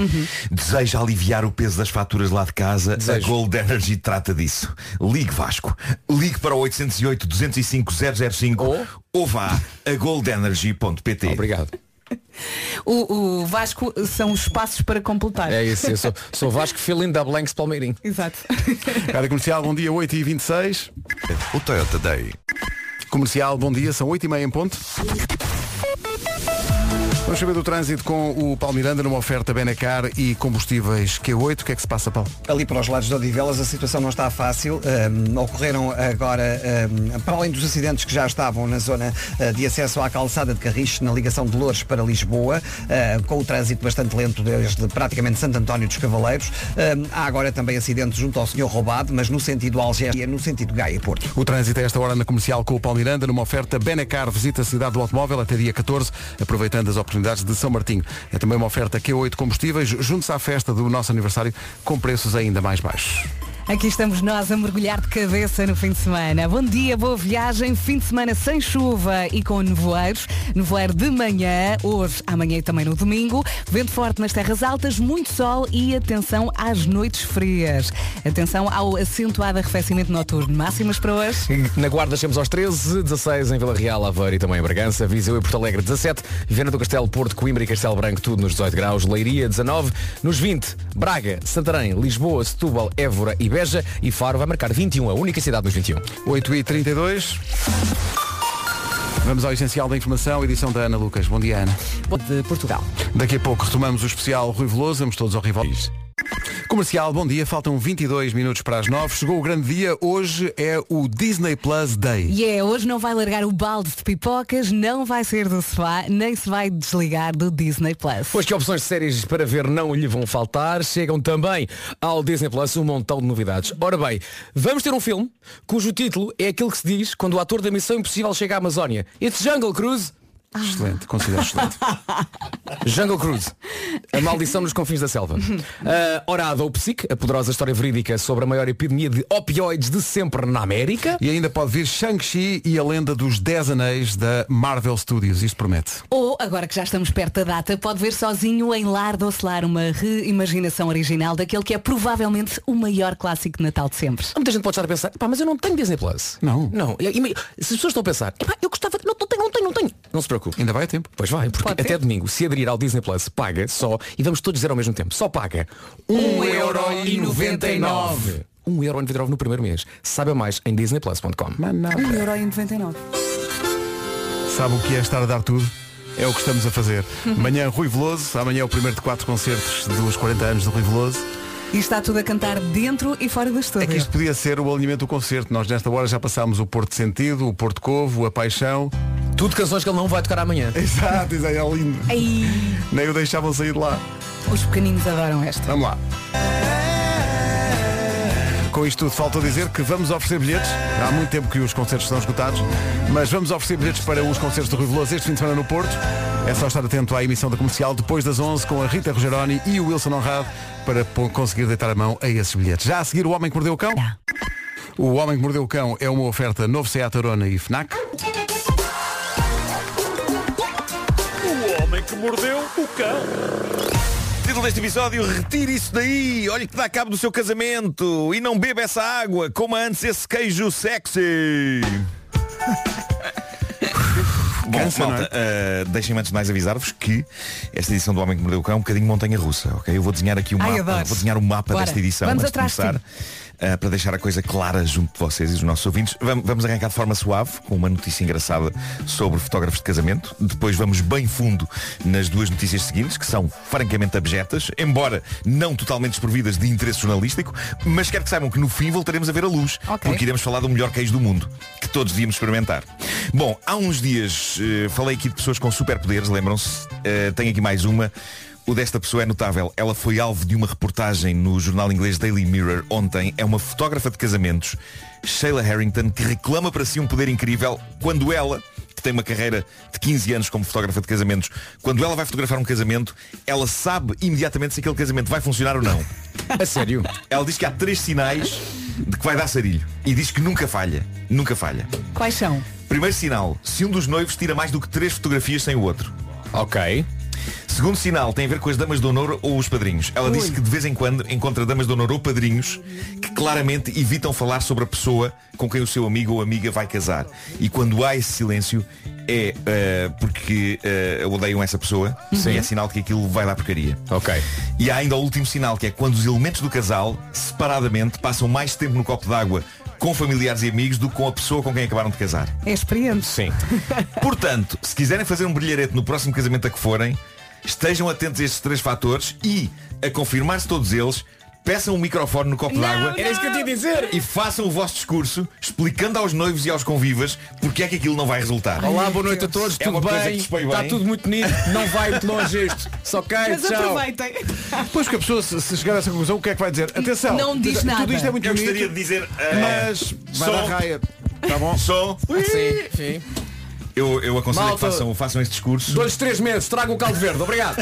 Deseja aliviar o peso das faturas lá de casa? A Gold Energy trata disso. Ligue Vasco. Ligue para o 808-205-005 ou vá a goldenergy.pt. Obrigado. O, o Vasco são os passos para completar. É isso, eu sou, sou Vasco Filim da Blanks Palmeirim. Exato. Rádio Comercial, bom dia, 8h26. O Toyota Day. Comercial, bom dia, são 8h30 em ponto. Vamos saber do trânsito com o Paulo Miranda numa oferta Benacar e combustíveis Q8. O que é que se passa, Paulo? Ali para os lados de Odivelas a situação não está fácil. Ahm, ocorreram agora, ahm, para além dos acidentes que já estavam na zona ah, de acesso à calçada de Carriche, na ligação de Louros para Lisboa, ah, com o trânsito bastante lento desde praticamente Santo António dos Cavaleiros, ahm, há agora também acidentes junto ao Senhor Roubado, mas no sentido Algés e no sentido Gaia-Porto. O trânsito a esta hora na comercial com o Paulo Miranda numa oferta Benacar visita a cidade do automóvel até dia 14, aproveitando as oportunidades de São Martinho. É também uma oferta Q8 combustíveis, junte-se à festa do nosso aniversário com preços ainda mais baixos. Aqui estamos nós a mergulhar de cabeça no fim de semana. Bom dia, boa viagem, fim de semana sem chuva e com nevoeiros. Nevoeiro de manhã, hoje, amanhã e também no domingo. Vento forte nas terras altas, muito sol e atenção às noites frias. Atenção ao acentuado arrefecimento noturno. Máximas para hoje. Na Guarda chegamos aos 13, 16 em Vila Real, Aveiro e também em Bragança, Viseu e Porto Alegre 17, Viana do Castelo, Porto, Coimbra e Castelo Branco tudo nos 18 graus, Leiria 19, nos 20, Braga, Santarém, Lisboa, Setúbal, Évora e Beja Beja e Faro vai marcar 21, a única cidade dos 21. 8 e 32 Vamos ao essencial da informação, edição da Ana Lucas. Bom dia, Ana. De Portugal. Daqui a pouco retomamos o especial Rui Veloso, vamos todos ao rival. Comercial, bom dia, faltam 22 minutos para as 9. Chegou o grande dia, hoje é o Disney Plus Day. E é, hoje não vai largar o balde de pipocas, não vai sair do sofá, nem se vai desligar do Disney Plus. Pois que opções de séries para ver não lhe vão faltar, chegam também ao Disney Plus um montão de novidades. Ora bem, vamos ter um filme cujo título é aquele que se diz quando o ator da Missão Impossível chega à Amazónia. It's Jungle Cruise. Excelente, considero excelente. Jungle Cruise, a maldição nos confins da selva. Ah, Orada ou Psique, a poderosa história verídica sobre a maior epidemia de opioides de sempre na América. E ainda pode vir Shang-Chi e a lenda dos 10 anéis da Marvel Studios, isto promete. Ou, agora que já estamos perto da data, pode ver sozinho em Lar do Celar uma reimaginação original daquele que é provavelmente o maior clássico de Natal de sempre. Muita gente pode estar a pensar, pá, mas eu não tenho Disney Plus. Não. Não. E- e- se as pessoas estão a pensar, "Epá, eu gostava, não, não tenho, não tenho, não tenho. Não se preocupe. Ainda vai a tempo. Pois vai, porque até domingo, se aderir ao Disney Plus, paga só, e vamos todos dizer ao mesmo tempo, só paga 1,99€. 1,99€ no primeiro mês. Saiba mais em disneyplus.com. em 99. Sabe o que é estar a dar tudo? É o que estamos a fazer. Amanhã Rui Veloso, amanhã é o primeiro de quatro concertos dos 40 anos do Rui Veloso. E está tudo a cantar dentro e fora do estúdio. É que isto podia ser o alinhamento do concerto. Nós nesta hora já passámos o Porto Sentido, o Porto Covo, a Paixão. Tudo canções que ele não vai tocar amanhã. Exato, exato, é lindo. Ai, Nem o deixavam sair de lá. os pequeninos adoram esta. Vamos lá. Com isto tudo, falta dizer que vamos oferecer bilhetes. Há muito tempo que os concertos estão esgotados, mas vamos oferecer bilhetes para os concertos do Rui Veloso este fim de semana no Porto. É só estar atento à emissão da comercial depois das 11 com a Rita Rogeroni e o Wilson Honrado para po- conseguir deitar a mão a esses bilhetes. Já a seguir, o Homem que Mordeu o Cão? O Homem que Mordeu o Cão é uma oferta novo Seat Arona e FNAC. O homem que mordeu o cão. Título deste episódio, retire isso daí, olhe que dá cabo do seu casamento e não beba essa água, coma antes esse queijo sexy. Bom, Cansa, malta, ah, deixem-me antes de mais avisar-vos que esta edição do Homem que Mordeu o Cão é um bocadinho montanha-russa, ok? Eu vou desenhar aqui um Ai, mapa, adoro. vou desenhar um mapa Bora, desta edição vamos antes de atrás de começar, ah, para deixar a coisa clara junto um de vocês e dos nossos ouvintes. Vamos, vamos arrancar de forma suave, com uma notícia engraçada sobre fotógrafos de casamento. Depois vamos bem fundo nas duas notícias seguintes, que são francamente abjetas, embora não totalmente desprovidas de interesse jornalístico, mas quero que saibam que no fim voltaremos a ver a luz, Ok. porque iremos falar do melhor queijo do mundo, que todos devíamos experimentar. Bom, há uns dias eh, falei aqui de pessoas com superpoderes, lembram-se? Eh, tenho aqui mais uma. O desta pessoa é notável. Ela foi alvo de uma reportagem no jornal inglês Daily Mirror ontem. É uma fotógrafa de casamentos, Sheila Harrington, que reclama para si um poder incrível quando ela, que tem uma carreira de 15 anos como fotógrafa de casamentos, quando ela vai fotografar um casamento, ela sabe imediatamente se aquele casamento vai funcionar ou não. A sério? Ela diz que há três sinais de que vai dar sarilho. E diz que nunca falha. Nunca falha. Quais são? Primeiro sinal, se um dos noivos tira mais do que três fotografias sem o outro. Ok. Segundo sinal, tem a ver com as damas de honor ou os padrinhos. Ela disse que de vez em quando encontra damas de honor ou padrinhos que claramente evitam falar sobre a pessoa com quem o seu amigo ou amiga vai casar. E quando há esse silêncio é eh, porque eh, odeiam essa pessoa Sim. e é sinal de que aquilo vai dar porcaria. Ok. E há ainda o último sinal, que é quando os elementos do casal, separadamente, passam mais tempo no copo d'água com familiares e amigos do que com a pessoa com quem acabaram de casar. É experiente. Sim. Portanto, se quiserem fazer um brilharete no próximo casamento a que forem, estejam atentos a estes três fatores e, a confirmar-se todos eles, peçam um microfone no copo Não, d'água. Era isso que eu tinha a dizer. E façam o vosso discurso explicando aos noivos e aos convivas porque é que aquilo não vai resultar. Olá, boa noite a todos, É tudo uma coisa bem? que dispõe Está bem. tudo muito bonito, não vai muito longe isto. Só cai, Mas tchau. aproveitem. Tá Pois que a pessoa, se se chegar a essa conclusão, o que é que vai dizer? Atenção! Não diz tudo nada. isto é muito Eu bonito, gostaria de dizer, eh, é, Mas vai som. dar raia. Tá bom? Som. Ah, Sim, sim. Eu, eu aconselho Malta. que façam, façam este discurso. Dois, três meses, traga o caldo verde, obrigado.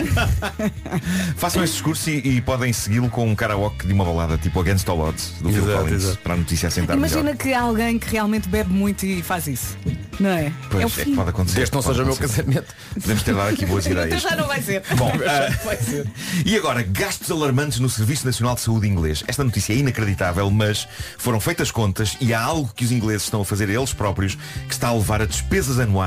Façam este discurso e, e podem segui-lo com um karaoke de uma balada, tipo Against All Odds, do Phil Exato, Collins, exato. para a notícia assentar melhor. Imagina que há alguém que realmente bebe muito e faz isso. Não é? Pois, é é, o que fim. pode acontecer. Desde que não pode seja o meu acontecer. casamento. Podemos ter dado aqui boas Então ideias. já não vai ser. Bom, Já ah, não vai ser. E agora, gastos alarmantes no Serviço Nacional de Saúde inglês. Esta notícia é inacreditável, mas foram feitas contas e há algo que os ingleses estão a fazer eles próprios que está a levar a despesas anuais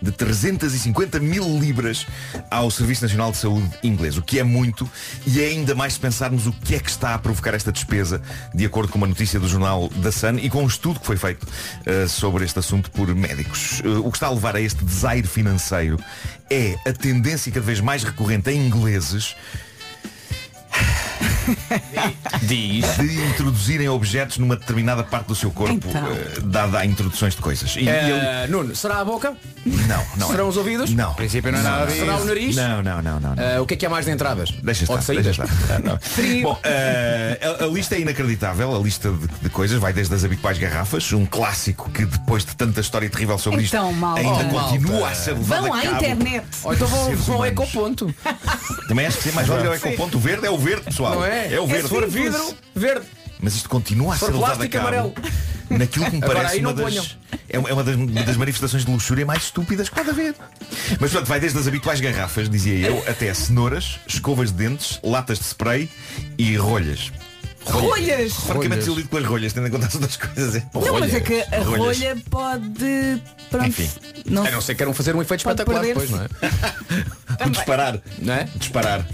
de 350 mil libras ao Serviço Nacional de Saúde inglês, o que é muito e é ainda mais se pensarmos o que é que está a provocar esta despesa, de acordo com uma notícia do jornal da Sun e com um estudo que foi feito eh, sobre este assunto por médicos. Eh, o que está a levar a este desaire financeiro é a tendência cada vez mais recorrente em ingleses Diz. de introduzirem objetos numa determinada parte do seu corpo, Então. eh, dada a introduções de coisas. E Eh, Nuno, será a boca? eu- não, não. é. Serão os ouvidos? Não. princípio não é nada disso. Será o nariz? Não, não, não, não. não. Eh, o que é que há mais de entradas? Deixa Ou estar, de deixa saídas? estar. Ah, não. Bom, eh, a, a lista é inacreditável, a lista de, de coisas vai desde as habituais garrafas, um clássico que depois de tanta história terrível sobre Então, isto malta. ainda Oh, malta. continua a ser levada Vão a à cabo internet. Ou então vão- Seres vão ao humanos. ecoponto. Também acho que ser mais válido é o ponto verde, é o verde, pessoal. Não é? o verde. Se for vidro, verde. Mas isto continua a Se ser for levado a plástico, cabo amarelo. Naquilo que me Agora, parece aí uma não das, ponham. é uma é uma das, das manifestações de luxúria mais estúpidas que há de haver. Mas pronto, vai desde as habituais garrafas, dizia eu, até cenouras, escovas de dentes, latas de spray e rolhas. Rolhas? Francamente desiludido com as rolhas, tendo em conta as outras coisas. é- Não, mas é que a Rolhas. rolha pode. Pronto. Enfim. É, Não- A não ser que queiram fazer um efeito Pode espetacular depois, perder-se. não é? O disparar, não é? Disparar.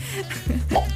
Bom,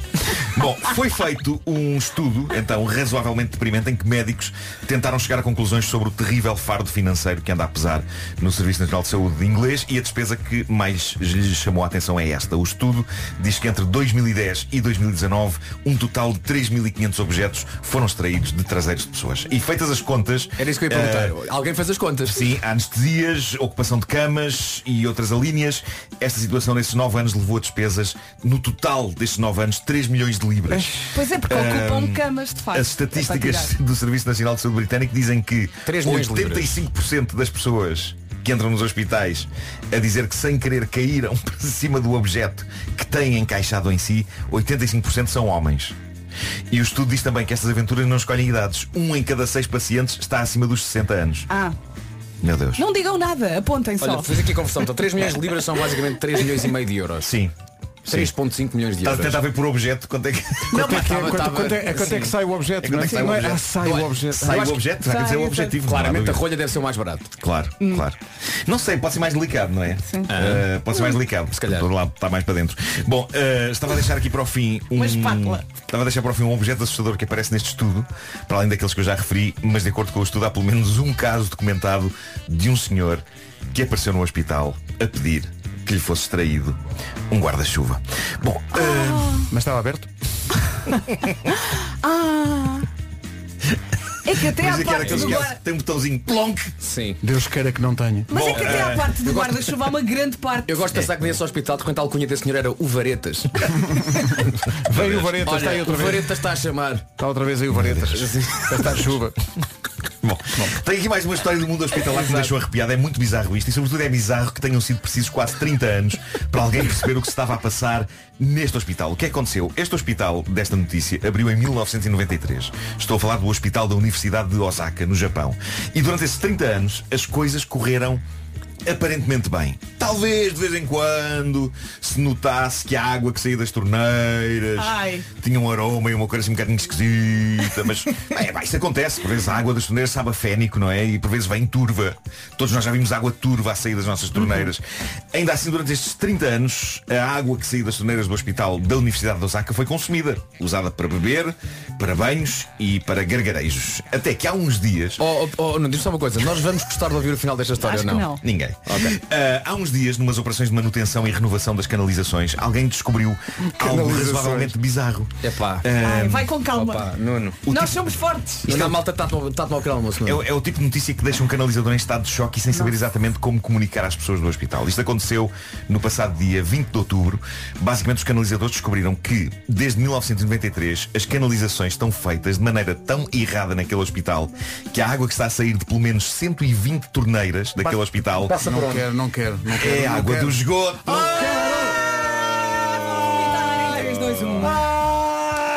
Bom, foi feito um estudo, então, razoavelmente deprimente, em que médicos tentaram chegar a conclusões sobre o terrível fardo financeiro que anda a pesar no Serviço Nacional de Saúde de inglês e a despesa que mais lhes chamou a atenção é esta. O estudo diz que entre 2010 e 2019, um total de 3.500 objetos foram extraídos de traseiros de pessoas. E feitas as contas... Era isso que eu ia eh, perguntar. Alguém fez as contas. Sim, anestesias, ocupação de camas e outras alíneas. Esta situação nesses 9 anos levou a despesas, no total destes 9 anos, 3 milhões de libras. Pois é, porque ocupam Ahm, camas, de facto. As É para estatísticas tirar. do Serviço Nacional de Saúde Britânico dizem que 3 milhões de libras. 85% das pessoas que entram nos hospitais a dizer que sem querer caíram para cima do objeto que têm encaixado em si, 85% são homens. E o estudo diz também que estas aventuras não escolhem idades. Um em cada seis pacientes está acima dos 60 anos. Ah, Meu Deus. não digam nada, apontem só. Olha, fiz aqui a conversão. Então, 3 milhões de libras são basicamente 3 milhões e meio de euros. Sim. 3.5 milhões de Estás euros. a tentar ver por objeto quanto é que. Não, mas Quanto é, tava- quanto- tava- quanto é- quanto é que sim. sai o objeto? É quanto é que não sai o não objeto? Ah, sai o objeto. Sai o objeto, vai dizer o objetivo. não há Claramente a dúvida. rolha deve ser o mais barato. Claro, claro. Não sei, pode ser mais delicado, não é? Sim. pode ser mais delicado. Se calhar. Lá, está mais para dentro. Bom, ah, estava a deixar aqui para o fim um. Uma espátula. Estava a deixar para o fim um objeto assustador que aparece neste estudo, para além daqueles que eu já referi, mas de acordo com o estudo há pelo menos um caso documentado de um senhor que apareceu no hospital a pedir que lhe fosse extraído um guarda-chuva. Bom, ah, Mas estava aberto? Ah. É que até mas à aqui era parte aqueles do que guarda. tem um botãozinho plonk. Sim. Deus queira que não tenha. Mas é Bom, que até à eh, parte do eu gosto- guarda-chuva há uma grande parte. Eu gosto de pensar que nesse hospital de quanto a alcunha desse senhor era o Varetas. Veio o Varetas, Olha, está aí outra o vez. Varetas está a chamar. Está outra vez aí o Varetas. Está a chuva. Bom, tem aqui mais uma história do mundo hospitalar que me deixou arrepiado. É muito bizarro isto e sobretudo é bizarro que tenham sido precisos quase 30 anos para alguém perceber o que se estava a passar neste hospital. O que é que aconteceu? Este hospital, desta notícia, abriu em 1993. Estou a falar do Hospital da Universidade de Osaka, no Japão. E durante esses 30 anos as coisas correram aparentemente bem. Talvez de vez em quando se notasse que a água que saía das torneiras Ai. tinha um aroma e uma coisa assim um bocadinho esquisita, mas é, pá, isso acontece. Por vezes a água das torneiras sabe a fénico, não é? E por vezes vem turva. Todos nós já vimos água turva a sair das nossas Uhum. torneiras. Ainda assim, durante estes 30 anos, a água que saía das torneiras do hospital da Universidade de Osaka foi consumida, usada para beber, para banhos e para gargarejos. Até que há uns dias Oh, oh, oh, não, diz só uma coisa. Nós vamos gostar de ouvir o final desta história Acho ou que não? não. Ninguém. Ah, há uns dias, numas operações de manutenção e renovação das canalizações, alguém descobriu algo Canalizações. razoavelmente bizarro. É pá. Eh, Ai, vai com calma. Opa, tipo- Nuno. Nós somos fortes. Isto é a malta está-te ao está-te ao pequeno almoço, É, Nuno. o- é o tipo de notícia que deixa um canalizador em estado de choque e sem saber exatamente como comunicar às pessoas do hospital. Isto aconteceu no passado dia 20 de outubro. Basicamente, os canalizadores descobriram que, desde 1993, as canalizações estão feitas de maneira tão errada naquele hospital que a água que está a sair de pelo menos 120 torneiras daquele hospital Passa por Não onde? quero, não quero. Não quero é não água quero. do esgoto. um. Em 3, 2, 1.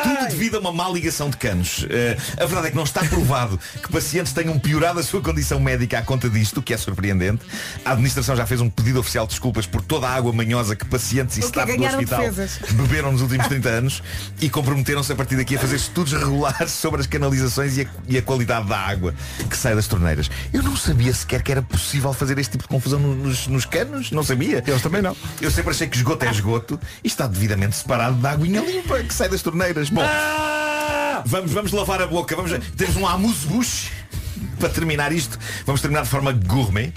Tudo Tudo devido a uma má ligação de canos. Eh, a verdade é que não está provado que pacientes tenham piorado a sua condição médica à conta disto, o que é surpreendente. A administração já fez um pedido oficial de desculpas por toda a água manhosa que pacientes e O que é staff do ganharam hospital defesas. beberam nos últimos 30 anos e comprometeram-se a partir daqui a fazer estudos regulares sobre as canalizações e a, e a qualidade da água que sai das torneiras. Eu não sabia sequer que era possível fazer este tipo de confusão no- nos, nos canos, não sabia. Eu também não. Eu sempre achei que esgoto é esgoto e está devidamente separado da aguinha limpa que sai das torneiras. Bom, vamos, vamos lavar a boca. Vamos, temos um amuse-bouche para terminar isto. Vamos terminar de forma gourmet,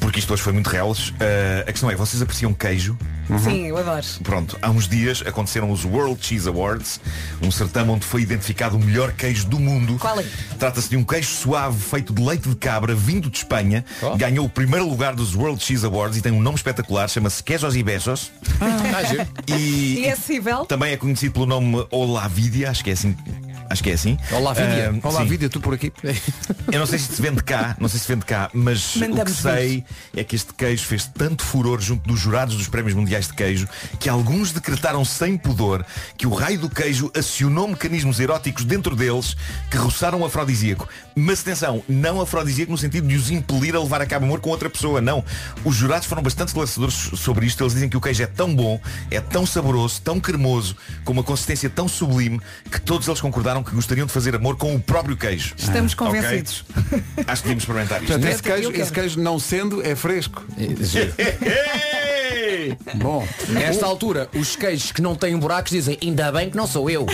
porque isto hoje foi muito reles. Ah, a questão é, vocês apreciam queijo? Sim, eu adoro. Pronto, há uns dias aconteceram os World Cheese Awards, um certame onde foi identificado o melhor queijo do mundo. Qual é? Trata-se de um queijo suave feito de leite de cabra vindo de Espanha. Oh. Ganhou o primeiro lugar dos World Cheese Awards e tem um nome espetacular, chama-se Quejos e Beijos. Ah, tá E, E, é cível? também é conhecido pelo nome Olavidia, acho que é assim. Acho que é assim. Olavidia. Ah, Olavidia, tu por aqui. Eu não sei se se vende cá, não sei se vende cá, mas o Mandamos que sei é que este queijo fez tanto furor junto dos jurados dos Prémios Mundiais de Queijo que alguns decretaram sem pudor que o raio do queijo acionou mecanismos eróticos dentro deles que roçaram o afrodisíaco. Mas atenção, não afrodisíaco no sentido de os impelir a levar a cabo amor com outra pessoa, não. Os jurados foram bastante esclarecedores sobre isto. Eles dizem que o queijo é tão bom, é tão saboroso, tão cremoso, com uma consistência tão sublime que todos eles concordaram que gostariam de fazer amor com o próprio queijo. Estamos Ah, Ok? convencidos. Acho que devíamos experimentar isto. Portanto, esse queijo, esse queijo não sendo é fresco. Bom, Nesta altura, os queijos que não têm buracos dizem ainda bem que não sou eu.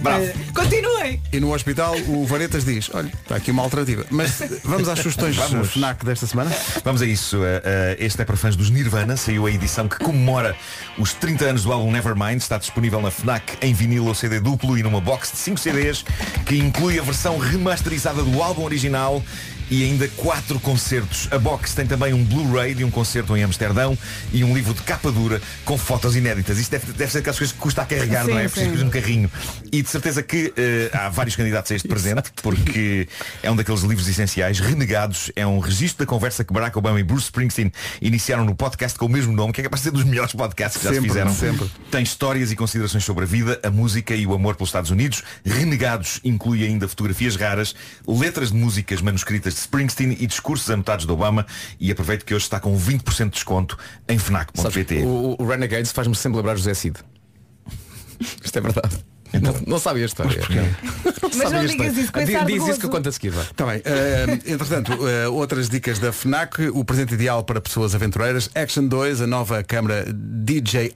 Bravo. Continuem. E no hospital o Varetas diz, olha, está aqui uma alternativa. Mas vamos às sugestões Vamos. FNAC desta semana? Vamos a isso. Eh, eh, este é para fãs dos Nirvana. Saiu a edição que comemora os 30 anos do álbum Nevermind. Está disponível na FNAC em vinil ou CD duplo e numa box de 5 CDs que inclui a versão remasterizada do álbum original e ainda quatro concertos. A box tem também um Blu-ray de um concerto em Amsterdão e um livro de capa dura com fotos inéditas. Isto deve, deve ser aquelas coisas que custa a carregar, Sim, não é? É sim. preciso um carrinho. E de certeza que eh, há vários candidatos a este presente, porque é um daqueles livros essenciais. Renegados é um registro da conversa que Barack Obama e Bruce Springsteen iniciaram no podcast com o mesmo nome, que é capaz de ser dos melhores podcasts que já Sempre, se fizeram. sempre. Tem histórias e considerações sobre a vida, a música e o amor pelos Estados Unidos. Renegados inclui ainda fotografias raras, letras de músicas manuscritas de Springsteen e discursos anotados de Obama. E aproveito que hoje está com 20% de desconto em Sabes, fnac.pt. o, o Renegades faz-me sempre lembrar José Cid. Isto é verdade. Então, Não, não sabia a história. Mas não digas isso com esse Diz, ar de diz isso gozo. que eu conto a seguir. vá. Está bem. Eh, entretanto, eh, outras dicas da FNAC, o presente ideal para pessoas aventureiras, Action 2, a nova câmara DJI,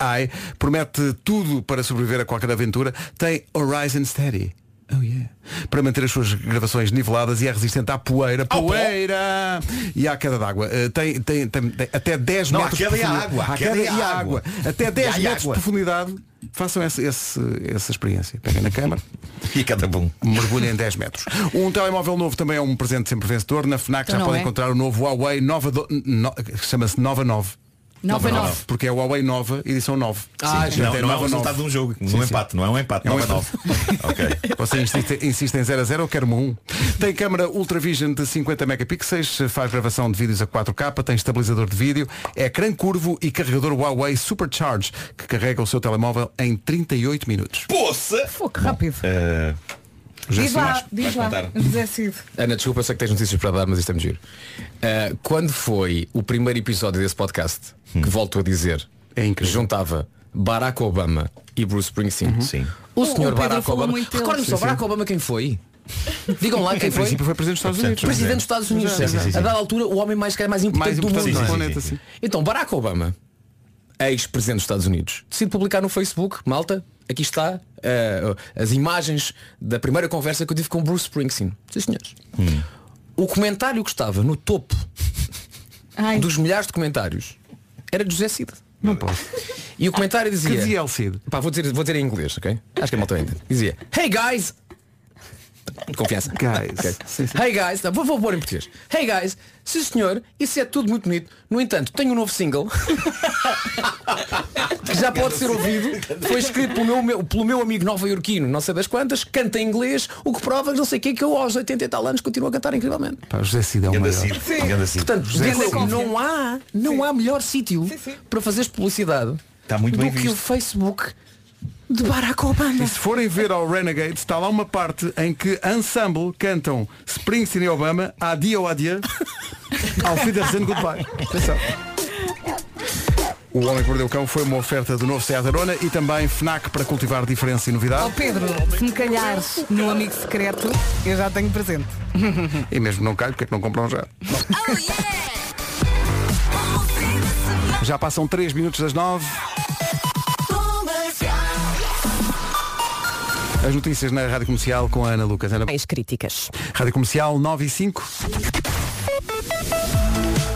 promete tudo para sobreviver a qualquer aventura, tem Horizon Steady. Oh yeah. Para manter as suas gravações niveladas e é resistente à poeira, poeira e à queda d'água. Eh, tem, tem, tem- tem até 10 Não, à metros. queda de e à profundidade. água, à À queda queda e e à à água. Até 10 E à metros água. de profundidade. Façam esse- esse- essa experiência. Peguem na câmara. E cada um. bom. Mergulha em 10 metros. Um telemóvel novo também é um presente sempre vencedor. Na FNAC Então já não podem é? encontrar o novo Huawei Nova do... no- que chama-se Nova 9. Nova 9. Porque é o Huawei Nova, edição 9. Ah, Sim, não, não portanto, é o 9. resultado de um jogo, de um Sim, sim. empate, não é um empate, É um não é empate. nove. Ok. Você insiste, insiste em 0 a 0, eu quero-me um. Tem câmara Ultravision de 50 megapixels, faz gravação de vídeos a 4K, tem estabilizador de vídeo, é ecrã curvo e carregador Huawei Supercharge, que carrega o seu telemóvel em 38 minutos. Poça! Foco rápido. Eh, Diz lá, diz lá. José Cid. Ana, desculpa, eu sei que tens notícias para dar, mas isto é muito giro. Ah, quando foi o primeiro episódio desse podcast, Hum. que volto a dizer, É juntava Barack Obama e Bruce Springsteen. Uhum. Sim. O O- o senhor Pedro Barack falou Obama. muito dele. Recordem-me Sim, só, sim. Barack Obama quem foi? Digam lá quem Em foi. princípio Tipo, foi presidente dos É Estados Unidos. Presidente dos Estados Unidos. Sim, sim, sim. A dada altura, o homem mais, é mais importante, Mais importante do mundo. do não é? planeta, sim. Então, Barack Obama, ex-presidente dos Estados Unidos, decide publicar no Facebook, malta, aqui está eh, as imagens da primeira conversa que eu tive com Bruce Springsteen. Sim, senhores. Hum. O comentário que estava no topo dos milhares de comentários era de José Cid. Não posso. E o comentário dizia. Que É. dizia El Cid? Pá, vou dizer, vou dizer em inglês, ok? Acho que é malta ainda. Dizia, hey guys! Confiança. Guys. Ok. Hey guys, Não, vou, vou pôr em português. Hey guys, sim senhor, isso é tudo muito bonito. No entanto, tenho um novo single que já pode ser ouvido. Foi escrito pelo meu- meu, pelo meu amigo nova-iorquino, não sei das quantas, canta em inglês, o que prova que não sei o que que eu aos 80 e tal anos continuo a cantar incrivelmente. Pá, José Cid é o maior. Portanto, José digo, Cid. não há, não há melhor sítio para fazeres publicidade Está muito Do bem que visto. o Facebook de Barack Obama. E se forem ver ao Renegade, está lá uma parte em que Ensemble cantam Springsteen e Obama, adio adia, ao Wiedersehen Goodbye. Atenção. O Homem que Mordeu o Cão foi uma oferta do novo Seat Arona e também FNAC para cultivar diferença e novidade. Ó Pedro, se me calhares no amigo secreto, eu já tenho presente. E mesmo não calho, porque é que não compram já? Já passam 3 minutos das 9. As notícias na Rádio Comercial com a Ana Lucas. Ana... Mais críticas. Rádio Comercial 9 e 5.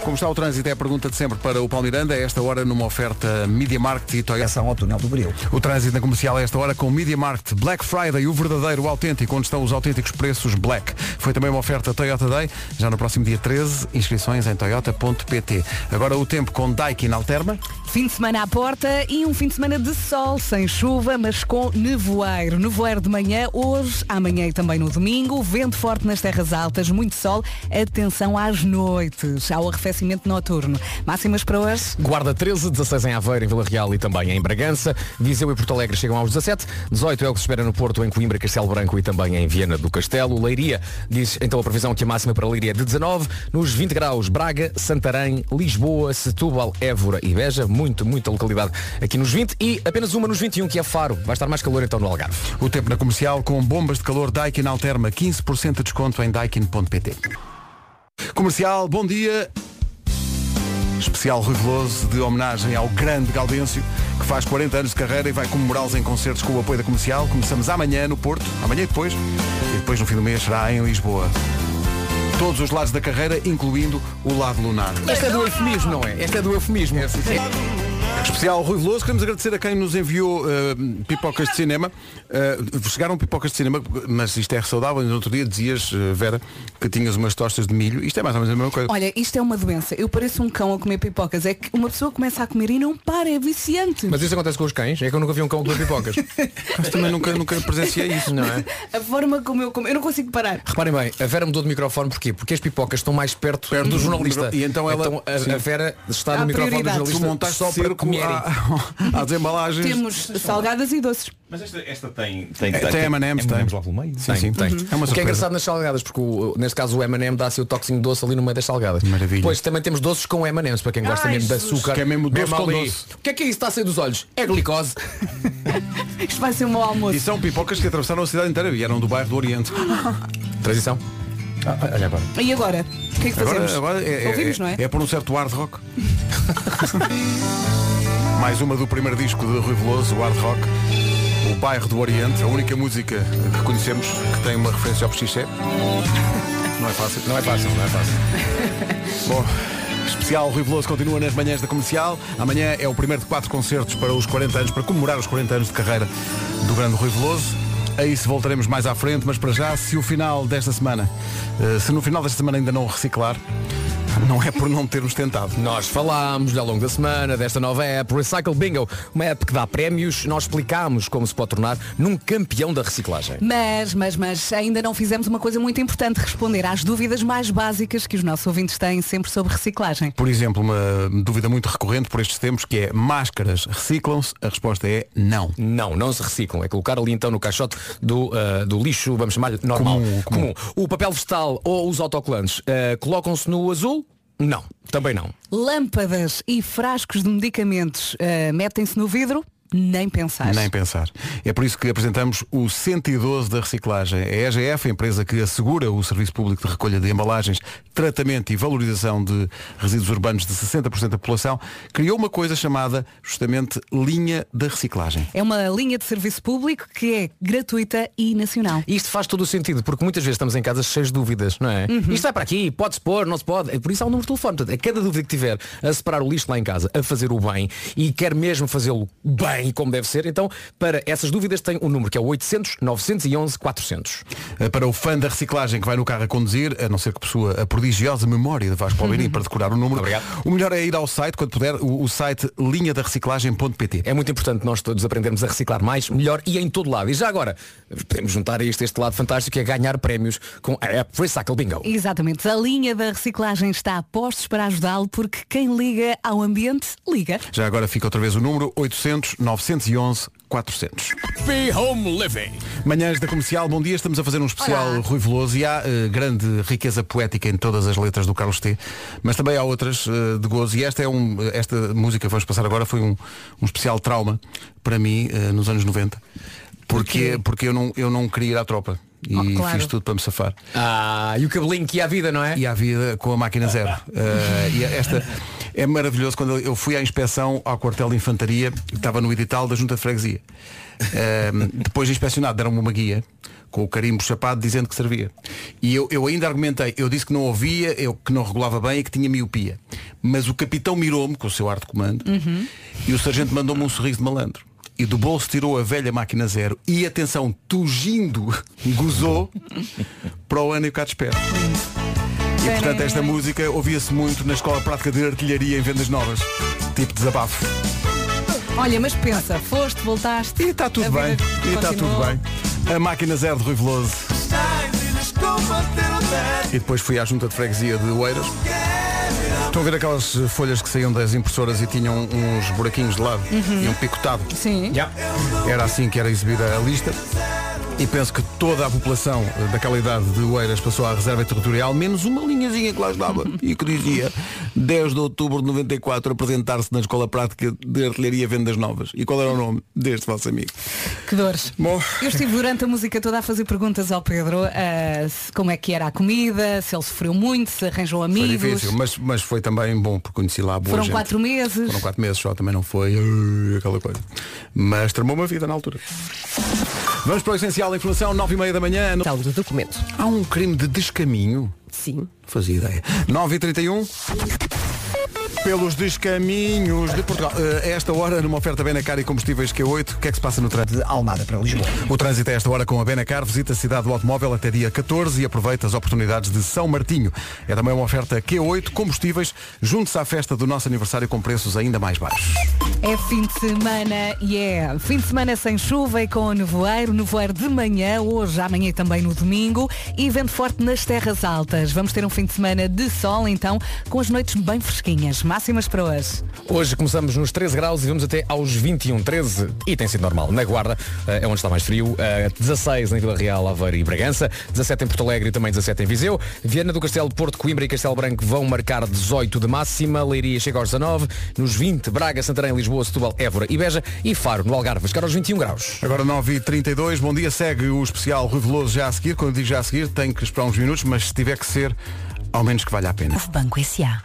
Como está o trânsito? É a pergunta de sempre para o Paulo Miranda. A esta hora, numa oferta Media Market e Toyota. Ação ao é túnel do Bril. O trânsito na comercial a esta hora com Media Market Black Friday, o verdadeiro, o autêntico, onde estão os autênticos preços Black. Foi também uma oferta Toyota Day, já no próximo dia 13. Inscrições em toyota.pt. Agora o tempo com Daikin Alterma. Fim de semana à porta e um fim de semana de sol, sem chuva, mas com nevoeiro. Nevoeiro de manhã, hoje, amanhã e também no domingo. Vento forte nas terras altas, muito sol. Atenção às noites, ao arrefecimento noturno. Máximas para hoje? Guarda 13, 16 em Aveiro, em Vila Real e também em Bragança. Viseu e Porto Alegre chegam aos 17. 18 é o que se espera no Porto, em Coimbra, Castelo Branco e também em Viena do Castelo. Leiria diz então a previsão que a máxima para Leiria é de 19. Nos 20 graus, Braga, Santarém, Lisboa, Setúbal, Évora e Beja. Muito, muita localidade aqui nos 20. E apenas uma nos 21, que é Faro. Vai estar mais calor então no Algarve. O tempo na comercial com bombas de calor Daikin Alterma. 15% de desconto em daikin.pt. Comercial, bom dia. Especial Rui Veloso de homenagem ao grande Gaudêncio, que faz 40 anos de carreira e vai comemorá-los em concertos com o apoio da comercial. Começamos amanhã no Porto, amanhã e depois, e depois no fim do mês será em Lisboa. Todos os lados da carreira, incluindo o lado lunar. Esta é do eufemismo, não é? Esta é do eufemismo. Especial Rui Veloso, queremos agradecer a quem nos enviou eh, pipocas de cinema. Eh, chegaram pipocas de cinema, mas isto é saudável. No outro dia dizias, eh, Vera, que tinhas umas tostas de milho. Isto é mais ou menos a mesma coisa. Olha, isto é uma doença. Eu pareço um cão a comer pipocas. É que uma pessoa começa a comer e não para, é viciante. Mas isso acontece com os cães? É que eu nunca vi um cão comer pipocas. Mas também nunca, nunca presenciei isso. eh, Não é? A forma como eu como, eu não consigo parar. Reparem bem, a Vera mudou de microfone porquê? Porque as pipocas estão mais perto, do jornalista. E então ela- sim. a, a Vera Tá está Há no microfone prioridade. do Tu jornalista montaste só para circo comer. à- às embalagens. Temos salgadas e doces. Mas esta, esta tem... Tem, É, tem M&M's, tem. lá pelo meio. Sim, sim, tem. É uma o que surpresa. é engraçado nas salgadas, porque o- neste caso o M&M dá-se o toxinho doce ali no meio das salgadas. Maravilha. Pois também temos doces com M&M's, para quem gosta Ai, mesmo de Jesus. açúcar. Que é mesmo doce com ali. doce. O que é que é isso que está a sair dos olhos? É glicose. Isto vai ser um mau almoço. E são pipocas que atravessaram a cidade inteira e eram do bairro do Oriente. Transição. olha agora. E agora? O que é que fazemos? Agora, agora é, é- Ouvimos, não é? é por um certo hard rock. Mais uma do primeiro disco de Rui Veloso, o hard rock. O bairro do Oriente, a única música que conhecemos que tem uma referência ao Pxiché. Não é fácil. Não é fácil, não é fácil. Bom, especial Rui Veloso continua nas manhãs da comercial. Amanhã é o primeiro de quatro concertos para os 40 anos, para comemorar os 40 anos de carreira do grande Rui Veloso. A isso voltaremos mais à frente, mas para já, se o final desta semana, eh, se no final desta semana ainda não reciclar, não é por não termos tentado. Nós falámos ao longo da semana desta nova app, Recycle Bingo, uma app que dá prémios. Nós explicámos como se pode tornar num campeão da reciclagem. Mas, mas, mas, ainda não fizemos uma coisa muito importante, responder às dúvidas mais básicas que os nossos ouvintes têm sempre sobre reciclagem. Por exemplo, uma dúvida muito recorrente por estes tempos que é máscaras reciclam-se? A resposta é não. Não, não se reciclam. É colocar ali então no caixote do, ah, do lixo, vamos chamar-lhe normal. Comum, comum. O papel vegetal ou os autocolantes ah, colocam-se no azul? Não, também não. Lâmpadas e frascos de medicamentos ah, metem-se no vidro? Nem pensar. Nem pensar. É por isso que apresentamos o 112 da reciclagem. É A EGF, a empresa que assegura o serviço público de recolha de embalagens, tratamento e valorização de resíduos urbanos de 60% da população, criou uma coisa chamada justamente linha da reciclagem. É uma linha de serviço público que é gratuita e nacional. E Isto faz todo o sentido, porque muitas vezes estamos em casa cheios de dúvidas, não é? Uhum. Isto vai para aqui, pode-se pôr, não se pode. Por isso há um número de telefone. Portanto, a cada dúvida que tiver a separar o lixo lá em casa, a fazer o bem e quer mesmo fazê-lo bem, como deve ser, então para essas dúvidas tem um número que é o 800 911 400. Eh, Para o fã da reciclagem que vai no carro a conduzir, a não ser que possua a prodigiosa memória de Vasco Palmeirim para decorar o número. O melhor é ir ao site, quando puder, o, o site linhadarreciclagem.pt. É muito importante nós todos aprendermos a reciclar mais, melhor e em todo lado. E já agora, podemos juntar a este, este lado fantástico que é ganhar prémios com a app Recycle Bingo. Exatamente. A linha da reciclagem está a postos para ajudá-lo porque quem liga ao ambiente, liga. Já agora fica outra vez o número 800 911 400. Be Home Living. Manhãs da Comercial, bom dia, estamos a fazer um especial Rui Veloso e há eh, grande riqueza poética em todas as letras do Carlos T, mas também há outras eh, de gozo e esta é um, esta música que vamos passar agora foi um, um especial trauma para mim eh, nos anos 90, porque, porque eu, não, eu não queria ir à tropa e Oh, claro. fiz tudo para me safar. Ah, e o cabelinho que ia à vida, não é? E à vida com a máquina zero. Eh, e esta é maravilhoso quando eu fui à inspeção ao quartel de infantaria, que estava no edital da Junta de Freguesia. Ehm, depois de inspecionado, deram-me uma guia com o carimbo chapado dizendo que servia. E eu, eu ainda argumentei, eu disse que não ouvia, eu que não regulava bem e que tinha miopia. Mas o capitão mirou-me com o seu ar de comando e o sargento mandou-me um sorriso de malandro. E do bolso tirou a velha máquina zero e, atenção, tugindo, gozou para o ano e o cá de espera. E portanto esta música ouvia-se muito na Escola Prática de Artilharia em Vendas Novas. Tipo desabafo. Olha, mas pensa, foste, voltaste. E está tudo bem. E está tudo bem. A máquina zero de Rui Veloso. E depois fui à junta de freguesia de Oeiras. Estão a ver aquelas eh, folhas que saíam das impressoras e tinham uns buraquinhos de lado Uhum. e um picotado? Sim. Era assim que era exibida a lista. E penso que toda a população eh, daquela idade de Oeiras passou à reserva territorial, menos uma linhazinha que lá estava e que dizia 10 de outubro de 94 apresentar-se na Escola Prática de Artilharia Vendas Novas. E qual era o nome deste vosso amigo? Que dores. Bom. Eu estive durante a música toda a fazer perguntas ao Pedro ah, se- como é que era a comida, se ele sofreu muito, se arranjou Foi amigos. difícil, mas, mas foi também bom, porque conheci lá boa Foram gente. quatro meses. Foram quatro meses só, também não foi uh, aquela coisa. Mas tramou uma vida na altura. Vamos para o essencial da informação, nove e meia da manhã. No... do documento. Há um crime de descaminho? Sim. fazia ideia. 9 e 31 pelos descaminhos de Portugal. Eh, A esta hora, numa oferta Benacar e combustíveis Q8, o que é que se passa no trânsito? De Almada para Lisboa. O trânsito a esta hora com a Benacar. Visita a cidade do automóvel até dia 14 e aproveita as oportunidades de São Martinho. É também uma oferta Q8 combustíveis. Junte-se à festa do nosso aniversário com preços ainda mais baixos. É fim de semana e é fim de semana sem chuva e com o nevoeiro, nevoeiro de manhã, hoje, amanhã e também no domingo e vento forte nas terras altas. Vamos ter um fim de semana de sol então, com as noites bem fresquinhas, máximas para hoje. Hoje começamos nos 13 graus e vamos até aos 21, 13 e tem sido normal. Na Guarda eh, é onde está mais frio, eh, 16 em Vila Real, Aveiro e Bragança, 17 em Porto Alegre e também 17 em Viseu. Viana do Castelo, Porto, Coimbra e Castelo Branco vão marcar 18 de máxima, Leiria chega aos 19, nos 20 Braga, Santarém, Lisboa, Setúbal, Évora e Beja e Faro no Algarve, chegar aos 21 graus. Agora 9h32, bom dia, segue o especial Rui Veloso já a seguir. Quando digo já a seguir, tenho que esperar uns minutos, mas se tiver que ser, ao menos que valha a pena. Banco S.A.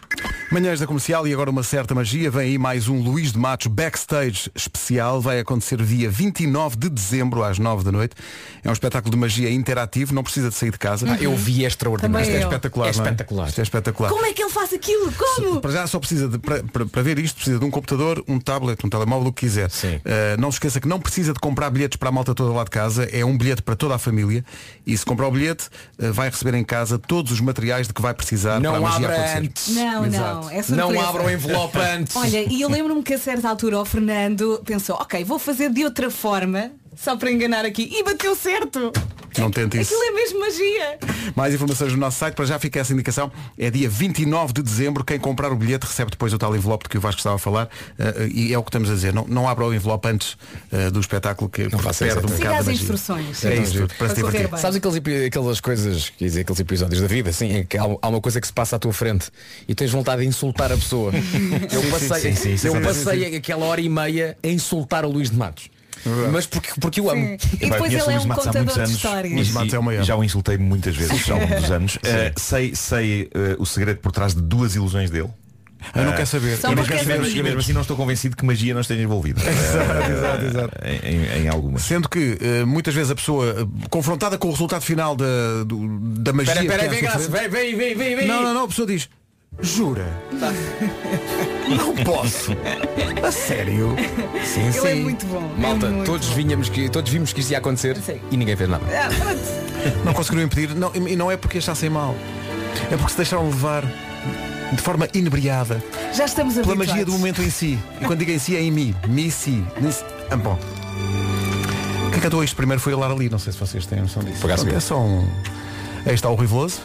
Manhãs da Comercial e agora uma certa magia. Vem aí mais um Luís de Matos Backstage especial. Vai acontecer dia 29 de dezembro, às 9 da noite. É um espetáculo de magia interativo, não precisa de sair de casa. Ah, eu vi, é extraordinário. Isto é Também eu. espetacular, É não espetacular. Isto é espetacular. Como é que ele faz aquilo? Como? Para já só precisa de, para, para- para ver isto precisa de um computador, um tablet, um telemóvel, o que quiser. Eh, não se esqueça que não precisa de comprar bilhetes para a malta toda lá de casa, é um bilhete para toda a família e se comprar o bilhete eh, vai receber em casa todos os materiais de que vai precisar Não para a magia abra acontecer. antes. Não, Exato. não, é surpresa. Olha, e eu lembro-me que a certa altura o Fernando pensou, ok, vou fazer de outra forma, só para enganar aqui, e bateu certo. Não tente isso. Aquilo é mesmo magia. Mais informações no nosso site, para já fica essa indicação. É dia 29 de dezembro. Quem comprar o bilhete recebe depois o tal envelope de que o Vasco estava a falar. eh, e é o que estamos a dizer. Não, não abra o envelope antes eh, do espetáculo que porque perde um Exatamente. bocado da magia. É isso tudo, para se divertir. Sabes aqueles, epi- aquelas coisas, quer dizer, aqueles episódios da vida, assim, em que há, há uma coisa que se passa à tua frente e tens vontade de insultar a pessoa. eu Sim, passei, sim, sim, sim, eu sim, passei sim, sim. aquela hora e meia a insultar o Luís de Matos. Mas porque, porque eu amo. E depois ele é um contador de histórias. Luís Matos é o maior. Já o insultei muitas vezes ao longo dos anos. Eh, sei sei eh, o segredo por trás de duas ilusões dele. Eu não Eh, quero saber. E São mesmo, porque assim- é e mesmo assim não estou convencido que magia não esteja envolvida. Eh, Em, em algumas. Sendo que eh, muitas vezes a pessoa eh, confrontada com o resultado final da, do- da magia. Espera, que espera, é vem, a sua Graça, vem, vem, frente- vem, vem, vem. Não, não, não, a pessoa diz, jura. Não posso. A sério. Sim, Ele sim. é muito bom, é Malta, muito todos, Vinhamos que, todos vimos que isto ia acontecer e ninguém fez nada. Ah, pronto. Não conseguiram impedir. Não, e não é porque achassem mal. É porque se deixaram levar de forma inebriada. Já estamos Pela habituados. magia do momento em si. E quando digo em si é em mim. Mi, si. Nis... Ah, bom. Quem cantou isto primeiro foi a Lara Lee. Não sei se vocês têm noção disso. acaso Pronto, vi. é só um... Aí está o Rui Veloso.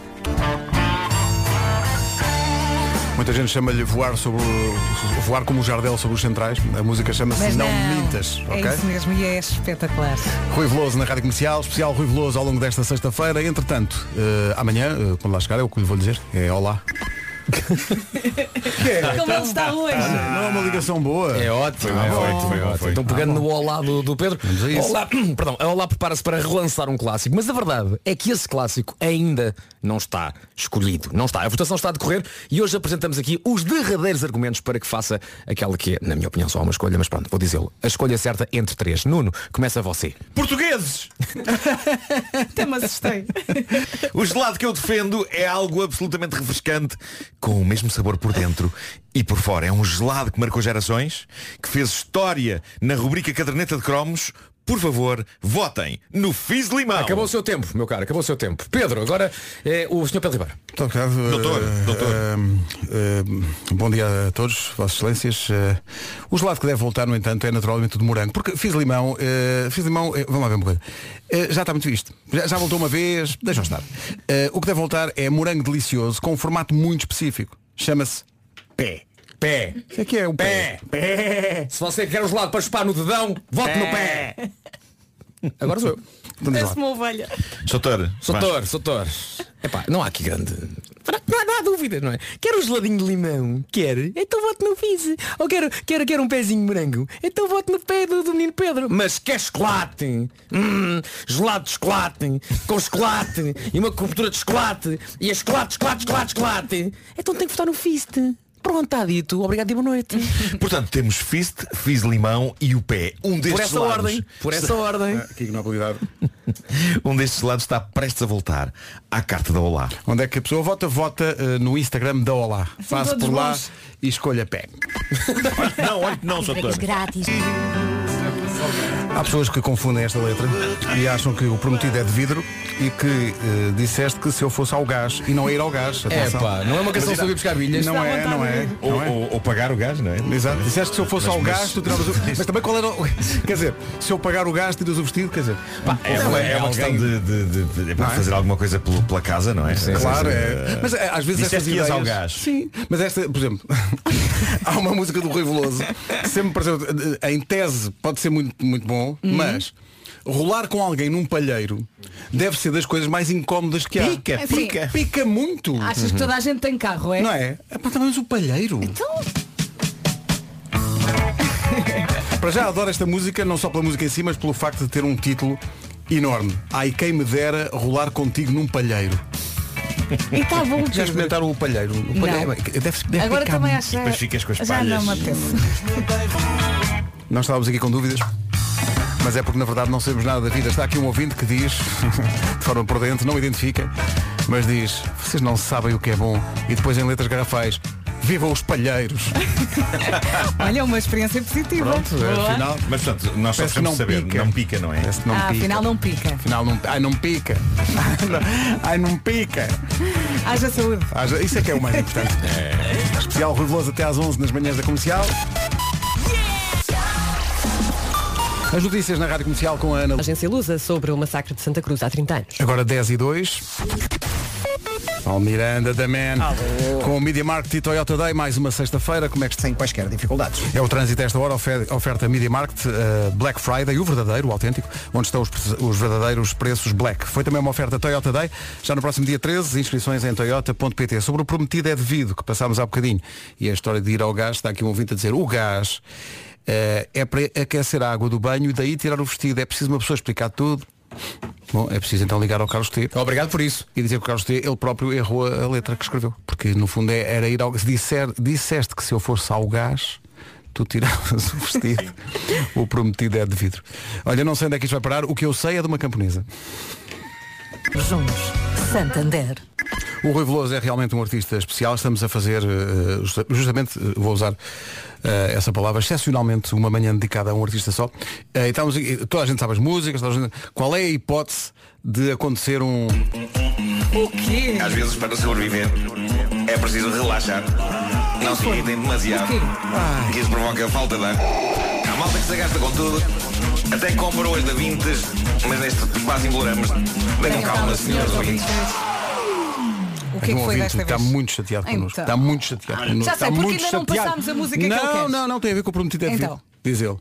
Muita gente chama-lhe voar sobre o... voar como o Jardel sobre os centrais. A música chama-se Mas Não, Mintas. É ok? isso mesmo e é espetacular. É Rui Veloso na Rádio Comercial, especial Rui Veloso ao longo desta sexta-feira. Entretanto, eh, amanhã, eh, quando lá chegar, é o que lhe vou dizer. É olá. Como ele está hoje. Não é uma ligação boa. É ótimo, é ótimo, é ótimo. Então pegando no Olá do, do Pedro, a isso. Olá, perdão, a Olá prepara-se para relançar um clássico, mas a verdade é que esse clássico ainda não está escolhido, não está. A votação está a decorrer e hoje apresentamos aqui os derradeiros argumentos para que faça aquela que é, na minha opinião, só uma escolha, mas pronto, vou dizê-lo. A escolha certa entre três. Nuno, começa você. Portugueses! Até me assustei. O gelado que eu defendo é algo absolutamente refrescante, com o mesmo sabor por dentro e por fora. É um gelado que marcou gerações, que fez história na rubrica Caderneta de Cromos. Por favor, votem no Fiz Limão. Acabou o seu tempo, meu caro, acabou o seu tempo. Pedro, agora é o senhor Pedro Ribeiro. doutor, doutor. eh, bom dia a todos, Vossas Excelências. Eh, o gelado que deve voltar, no entanto, é naturalmente o de morango. Porque fiz limão, eh, fiz limão, eh, vamos lá ver uma coisa. Eh, já está muito visto. Já, já voltou uma vez, deixa estar. Eh, o que deve voltar é morango delicioso com um formato muito específico. Chama-se pé. Pé. O que é que é o pé? Pé. Se você quer o gelado para chupar no dedão, vote no pé. Agora sou eu. Parece uma ovelha. Soutor. Soutor, Soutor. Epá, não há aqui grande. Não há, não há dúvida, não é? Quer um geladinho de limão? Quer? Então vote no Fizz. Ou quero, quero, quero um pezinho de morango? Então vote no pé do, do menino Pedro. Mas quer chocolate? Hum, gelado de chocolate. Com chocolate. E uma cobertura de chocolate. E é chocolate, chocolate, chocolate, chocolate. Então tem que votar no Fizz. Pronto, está dito. Obrigado e boa noite. Portanto, temos Fist, Fiz Limão e o Pé. Um destes Por essa lados- ordem. Por essa ordem. Que ignobilidade. um destes lados está prestes a voltar à carta da Olá. Onde é que a pessoa vota? Vota eh, no Instagram da Olá. Faça todos por lá bons. e escolha pé. Não, olha que é não, Soutor. grátis. Há pessoas que confundem esta letra e acham que o prometido é de vidro e que eh, disseste que se eu fosse ao gás e não ir ao gás. É atenção. pá, não é uma canção Mas, sobre ir buscar bilhas. Não Dá é, vontade não é. de ir. não é. Ou, ou pagar o gás, não é? Exato. Disseste que se eu fosse Mas- ao gás, mas- tu tiravas o Mas também qual era o... Quer dizer, se eu pagar o gás, tiras o vestido, quer dizer. É uma, é uma questão de, de- de- de- é para Não é? fazer alguma coisa pelo- pela casa, não é? Claro, Eh, é. Mas eh, às vezes disseste estas que ias ideias... ao gás. Sim, mas esta, por exemplo, há uma música do Rui Veloso que sempre me pareceu, eh, em tese, pode ser muito, muito bom, Uhum. mas rolar com alguém num palheiro deve ser das coisas mais incómodas que há. Pica, É, sim. pica. Pica muito. Achas que toda a gente tem carro, é? Não é? É pá, também mas o palheiro. Então, Para já adoro esta música, não só pela música em si, mas pelo facto de ter um título enorme. Ai quem me dera rolar contigo num palheiro. E tá bom, Já Pedro. experimentaram o palheiro. O Não. palheiro é- deve, deve agora picar também muito. acho que Já não me apetece. Nós estávamos aqui com dúvidas. Mas é porque na verdade não sabemos nada da vida. Está aqui um ouvinte que diz, de forma prudente, não identifica, mas diz, vocês não sabem o que é bom. E depois em letras garrafais, viva os palheiros. Olha, é uma experiência positiva. Pronto, é, Boa. afinal. Mas pronto, nós só Parece que precisamos não saber. pica. Não pica, não é? Não ah, pica. afinal não pica. Afinal não, ai não pica. ai não pica. Haja saúde. Haja- Isso é que é o mais importante. É. Especial Rui Veloso até às 11 nas manhãs da comercial. As notícias na Rádio Comercial com a Ana. Agência Lusa sobre o massacre de Santa Cruz há 30 anos. Agora 10 e 2. Paulo Miranda da Man. Com o Media Market e Toyota Day, mais uma sexta-feira. Como é que sem quaisquer dificuldades? É o trânsito a esta hora, ofe- oferta Media Market, eh, Black Friday, o verdadeiro, o autêntico, onde estão os, pre- os verdadeiros preços Black. Foi também uma oferta Toyota Day, já no próximo dia 13, inscrições em toyota.pt. Sobre o prometido é devido, que passámos há bocadinho, e a história de ir ao gás, está aqui um ouvinte a dizer, o gás eh, é para aquecer a água do banho e daí tirar o vestido. É preciso uma pessoa explicar tudo. Bom, é preciso então ligar ao Carlos T. Obrigado por isso. E dizer que o Carlos T, ele próprio errou a a letra que escreveu. Porque no fundo é- era ir ao. Se disser, disseste que se eu fosse ao gás, tu tiravas o vestido. o prometido é de vidro. Olha, não sei onde é que isto vai parar. O que eu sei é de uma camponesa. Juntos, Santander. O Rui Veloso é realmente um artista especial. Estamos a fazer, eh, justa- justamente, eh, vou usar eh, essa palavra, excepcionalmente uma manhã dedicada a um artista só. Eh, e estamos, e toda a gente sabe as músicas, toda a gente- qual é a hipótese de acontecer um. O quê? Às vezes, para sobreviver, é preciso relaxar. Não se irritem demasiado. Que isso provoca falta de ar. Há malta que se gasta com tudo. Até compram hoje da Vintes, mas neste quase imploramos. Tenham calma, senhores ouvintes. O que é um que foi ouvinte desta está vez? muito chateado connosco. Então. Está muito chateado connosco. Já está sei, porque muito ainda não chateado. passámos a música que não, ele quer. Não, não, tem a ver com o prometido é devido. Então. Diz ele.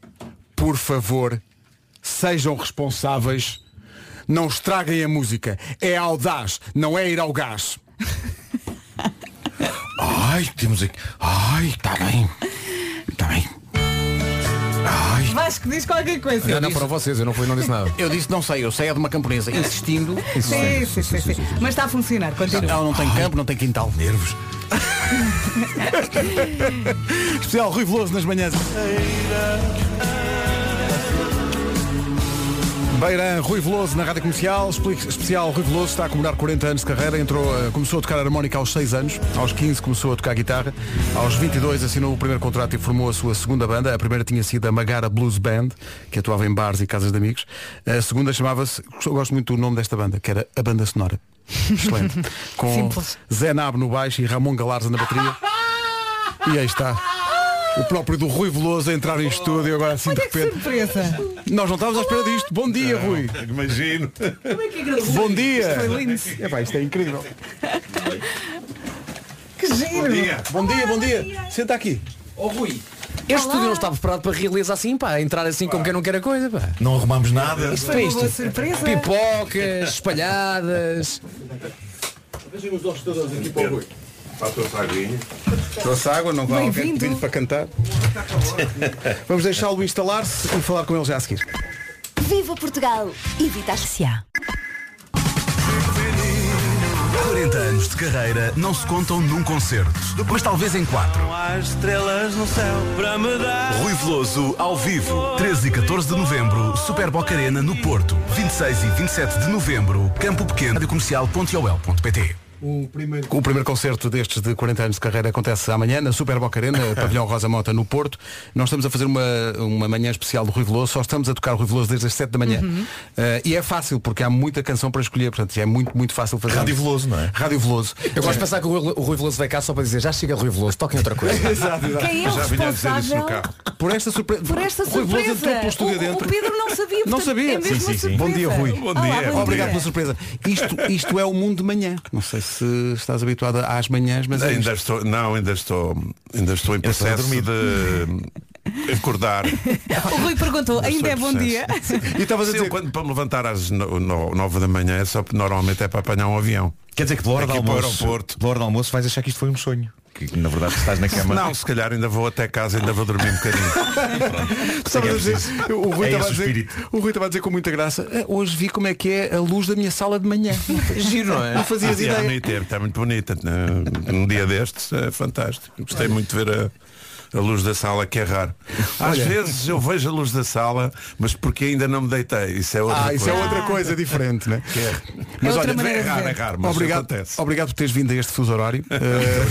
Por favor, sejam responsáveis. Não estraguem a música. É audaz, não é ir ao gás. Ai, temos aqui. Ai, tá está bem. Vasco, diz qualquer coisa. Não, não, para vocês, eu não fui, não disse nada. Eu disse não sei, eu sei, é de uma camponesa. Insistindo. Sim, sim, sim, sim. Mas está a funcionar. Continua. Não, não tem campo, não tem quintal. Nervos. Especial Rui Veloso nas manhãs. Beirã, Rui Veloso na Rádio Comercial, Explique- especial Rui Veloso está a comemorar 40 anos de carreira, entrou, eh, começou a tocar harmónica aos 6 anos, aos 15 começou a tocar guitarra, aos 22 assinou o primeiro contrato e formou a sua segunda banda, a primeira tinha sido a Magara Blues Band, que atuava em bares e casas de amigos, a segunda chamava-se, eu gosto muito do nome desta banda, que era a Banda Sonora, excelente, com Simples. Zé Nabo no baixo e Ramon Galarza na bateria, e aí está. O próprio do Rui Veloso a entrar em estúdio agora assim de repente. surpresa. Nós não estávamos à espera disto. Bom dia, Rui. Imagino. Bom dia. Isto foi lindo. Epá, isto é incrível. Que giro. Bom dia, bom dia. Senta aqui. Ó Rui, este estúdio não estava preparado para realizar assim, pá, entrar assim como quem não quer a coisa, pá. Não arrumamos nada. Isto é isto. Pipocas, espalhadas. Vejam os olhos todos aqui para o Rui. Faltou-se aguinha. Trouxe água, não vai alguém Bem-vindo. pedir é para cantar. Vamos deixá-lo instalar-se e falar com ele já a seguir. Viva Portugal! Evita se há. 40 anos de carreira não se contam num concerto, mas talvez em quatro. estrelas no céu para me dar. Rui Veloso ao vivo, 13 e 14 de novembro, Super Boca Arena no Porto, 26 e 27 de novembro, Campo Pequeno, de comercial.ol.pt. O primeiro... o primeiro concerto destes de 40 anos de carreira acontece amanhã na Super Boca Arena, Pavilhão Rosa Mota, no Porto. Nós estamos a fazer uma, uma manhã especial do Rui Veloso, só estamos a tocar o Rui Veloso desde as 7 da manhã. Uhum. Eh, e é fácil, porque há muita canção para escolher, portanto é muito, muito fácil fazer. Rádio isso. Veloso, não é? Rádio Veloso. Eu gosto de pensar que o Rui o Rui Veloso vai cá só para dizer já chega Rui Veloso, toquem outra coisa. Exato, exato. Quem é o Já vinha a dizer isso no responsável? carro. Por esta surpresa. Por esta Rui Veloso surpresa. entrou pelo estúdio O- adentro. o Pedro não sabia, Não portanto, sabia. é mesmo Sim, sim, uma sim. Bom dia, surpresa. Rui. Bom Olá, dia. Ah, bom É, Obrigado dia. pela surpresa. Isto, isto é o mundo de manhã. Não sei se estás habituado às manhãs, mas é isto. ainda estou, não, ainda estou, ainda estou em Ainda estou a processo de acordar. O Rui perguntou, ainda é bom dia. E estavas a dizer quando para me levantar às no- no- nove da manhã é só porque normalmente é para apanhar um avião. Quer dizer que pela hora, Aqui do para o almoço, aeroporto. pela hora do almoço vais achar que isto foi um sonho. Que na verdade estás na cama. Não, se calhar ainda vou até casa, ainda vou dormir um bocadinho. Estavas a dizer- o É Rui estava a esse o dizer, espírito. o Rui estava a dizer com muita graça, "Ah, hoje vi como é que é a luz da minha sala de manhã. Giro, não é? Não fazias E é ideia. bonito, é, está muito bonita. Um dia destes é fantástico. Gostei muito de ver a, a luz da sala, que é raro. Às Olha. vezes eu vejo a luz da sala, mas porque ainda não me deitei. Isso é outra Ah, coisa. isso é outra coisa diferente, né? Que é. Mas Mas olha, olha, é raro, é raro, mas obrigado, acontece. obrigado por teres vindo a este fuso horário.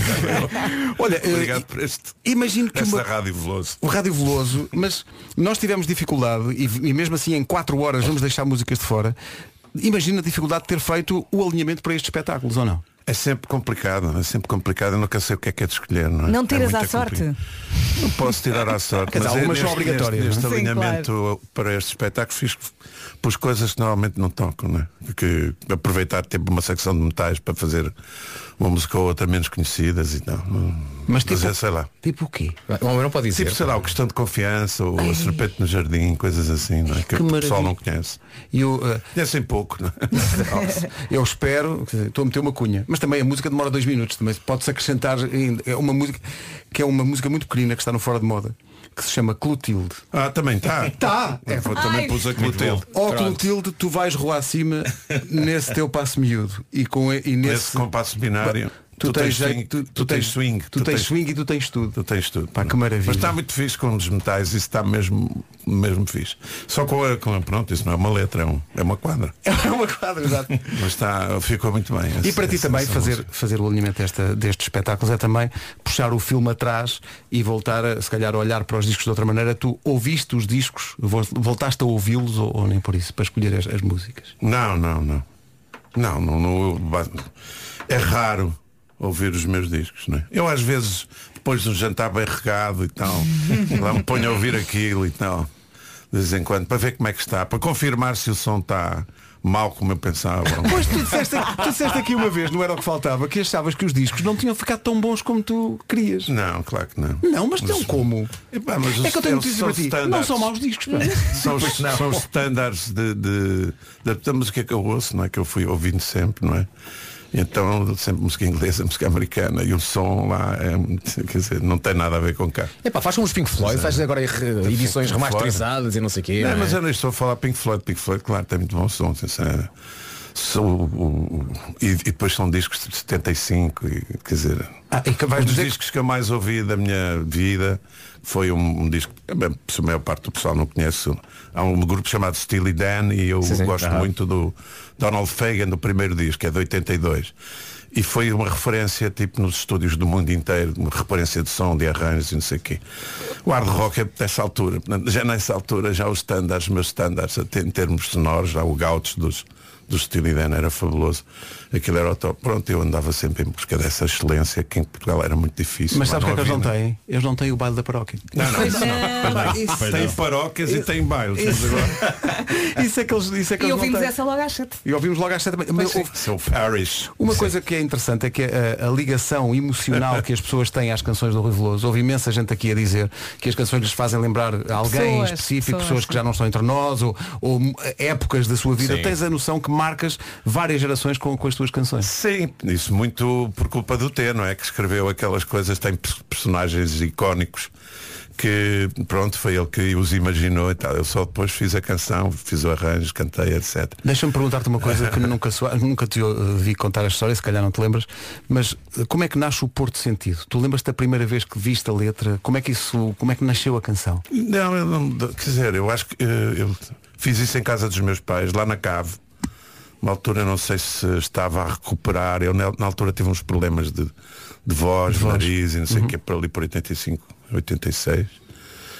Eh, olha, eh, Obrigado por este. Imagino que esta uma- Rádio Veloso. o Rádio Veloso, mas nós tivemos dificuldade e, e mesmo assim em 4 horas vamos deixar músicas de fora. Imagina a dificuldade de ter feito o alinhamento para estes espetáculos ou não? É sempre complicado, é sempre complicado. Eu nunca sei o que é que é de escolher, não é? Não É tiras muita à sorte? compli- Não posso tirar à sorte. Quer dizer, mas é algumas são neste- obrigatórias, Neste, não é? neste Sim, alinhamento para este espetáculo fiz pus coisas que normalmente não tocam, não é? Porque aproveitar tempo uma secção de metais para fazer uma música ou outra menos conhecidas e tal. Mas tipo, sei lá. Tipo o quê? não pode dizer. Tipo, sei lá, o questão de confiança, ou Ai. a serpente no jardim, coisas assim, não é? Que, Que o pessoal maravilha. não conhece. E o, Conhecem pouco, não é? Eu espero, quer dizer, estou a meter uma cunha, mas também a música demora dois minutos, também pode-se acrescentar ainda. É uma música que é uma música muito pequenina que está no fora de moda, que se chama Clotilde. Ah, também está. Tá. Eu vou- também pus a Clotilde. Ó Pronto. Clotilde, tu vais rua acima nesse teu passo miúdo e, com, e nesse, Nesse compasso binário. Tu, tens, jeito, tu, tens swing. Tu, tens swing e tu tens tudo. Tu tens tudo. Pá, que maravilha. Mas está muito fixe com os metais, isso está mesmo, mesmo fixe. Só com a, com a- Pronto, isso não é uma letra, é, um- é uma quadra. É uma quadra, exato. Mas está, ficou muito bem. E essa- para ti essa- também essa fazer, fazer o alinhamento desta, destes espetáculos é também puxar o filme atrás e voltar a, se calhar, a olhar para os discos de outra maneira. Tu ouviste os discos, vo- voltaste a ouvi-los ou, ou nem por isso, para escolher as, as músicas? Não, não, não. Não, não, não. É raro ouvir os meus discos, não é? Eu às vezes, depois de um jantar bem regado e tal, lá me ponho a ouvir aquilo e tal, de vez em quando, para ver como é que está, para confirmar se o som está mal como eu pensava. Pois tu disseste, tu disseste aqui uma vez, não era o que faltava, que achavas que os discos não tinham ficado tão bons como tu querias. Não, claro que não. Não, mas não como? Epá, mas é os- que eu tenho eles notícias são para ti. Não standards. são maus discos. pá. São os, Pois não. são os standards de, de- da, da música que eu ouço, não é? Que eu fui ouvindo sempre, não é? Então, sempre música inglesa, música americana e o som lá é, muito- quer dizer, não tem nada a ver com cá. Epá, faz como os Pink Floyd, faz agora re- edições Pink Floyd. remasterizadas e não sei o quê. é. Não, não é? mas eu não estou a falar Pink Floyd, Pink Floyd, claro, tem muito bom som, sincero. Sou, o- o- e, e depois são discos de 75, e, quer dizer, Ah, um dos discos que eu mais ouvi da minha vida foi um, um disco, bem, se a maior parte do pessoal não conhece, há um grupo chamado Steely Dan e eu Sim, sim, gosto tá. muito do Donald Fagan, do primeiro disco, que é de 82. E foi uma referência, tipo, nos estúdios do mundo inteiro, uma referência de som, de arranjos e não sei o quê. O hard rock é dessa altura, portanto, já nessa altura, já os standards, meus standards, até em termos sonoros, já o gaucho dos, do Steely Dan era fabuloso. Aquilo era o top. Pronto, eu andava sempre em busca dessa excelência, que em Portugal era muito difícil. Mas sabes o que é que eles havia, não né? têm? Eles não têm o baile da paróquia. Não, não, isso não. Pois não. Tem paróquias e tem é bailes. mas agora- Isso é que eles, isso é que E eles não ouvimos têm. essa logo às sete. E ouvimos logo às sete da manhã. Mas houve- São Paris. Uma coisa que é interessante é que a, a ligação emocional que as pessoas têm às canções do Rui Veloso, houve imensa gente aqui a dizer que as canções lhes fazem lembrar alguém Pessoas, específico, pessoas, pessoas, que já não estão entre nós, ou, ou épocas da sua vida. Sim. Tens a noção que marcas várias gerações com, com as tuas canções. Sim. Isso muito por culpa do T, não é? Que escreveu aquelas coisas, tem pers- personagens icónicos que, pronto, foi ele que os imaginou e tal. Eu só depois fiz a canção, fiz o arranjo, cantei, etc. Deixa-me perguntar-te uma coisa que nunca, soa- nunca te ouvi contar a história, se calhar não te lembras, mas eh, como é que nasce o Porto Sentido? Tu lembras-te da primeira vez que viste a letra? Como é que isso, como é que nasceu a canção? Não, eu não, quer dizer, eu acho que eh, eu fiz isso em casa dos meus pais, lá na cave. Uma altura eu não sei se estava a recuperar, eu na, na altura tive uns problemas de, de voz, Uhum. nariz e não sei o que, por ali por 85, 86.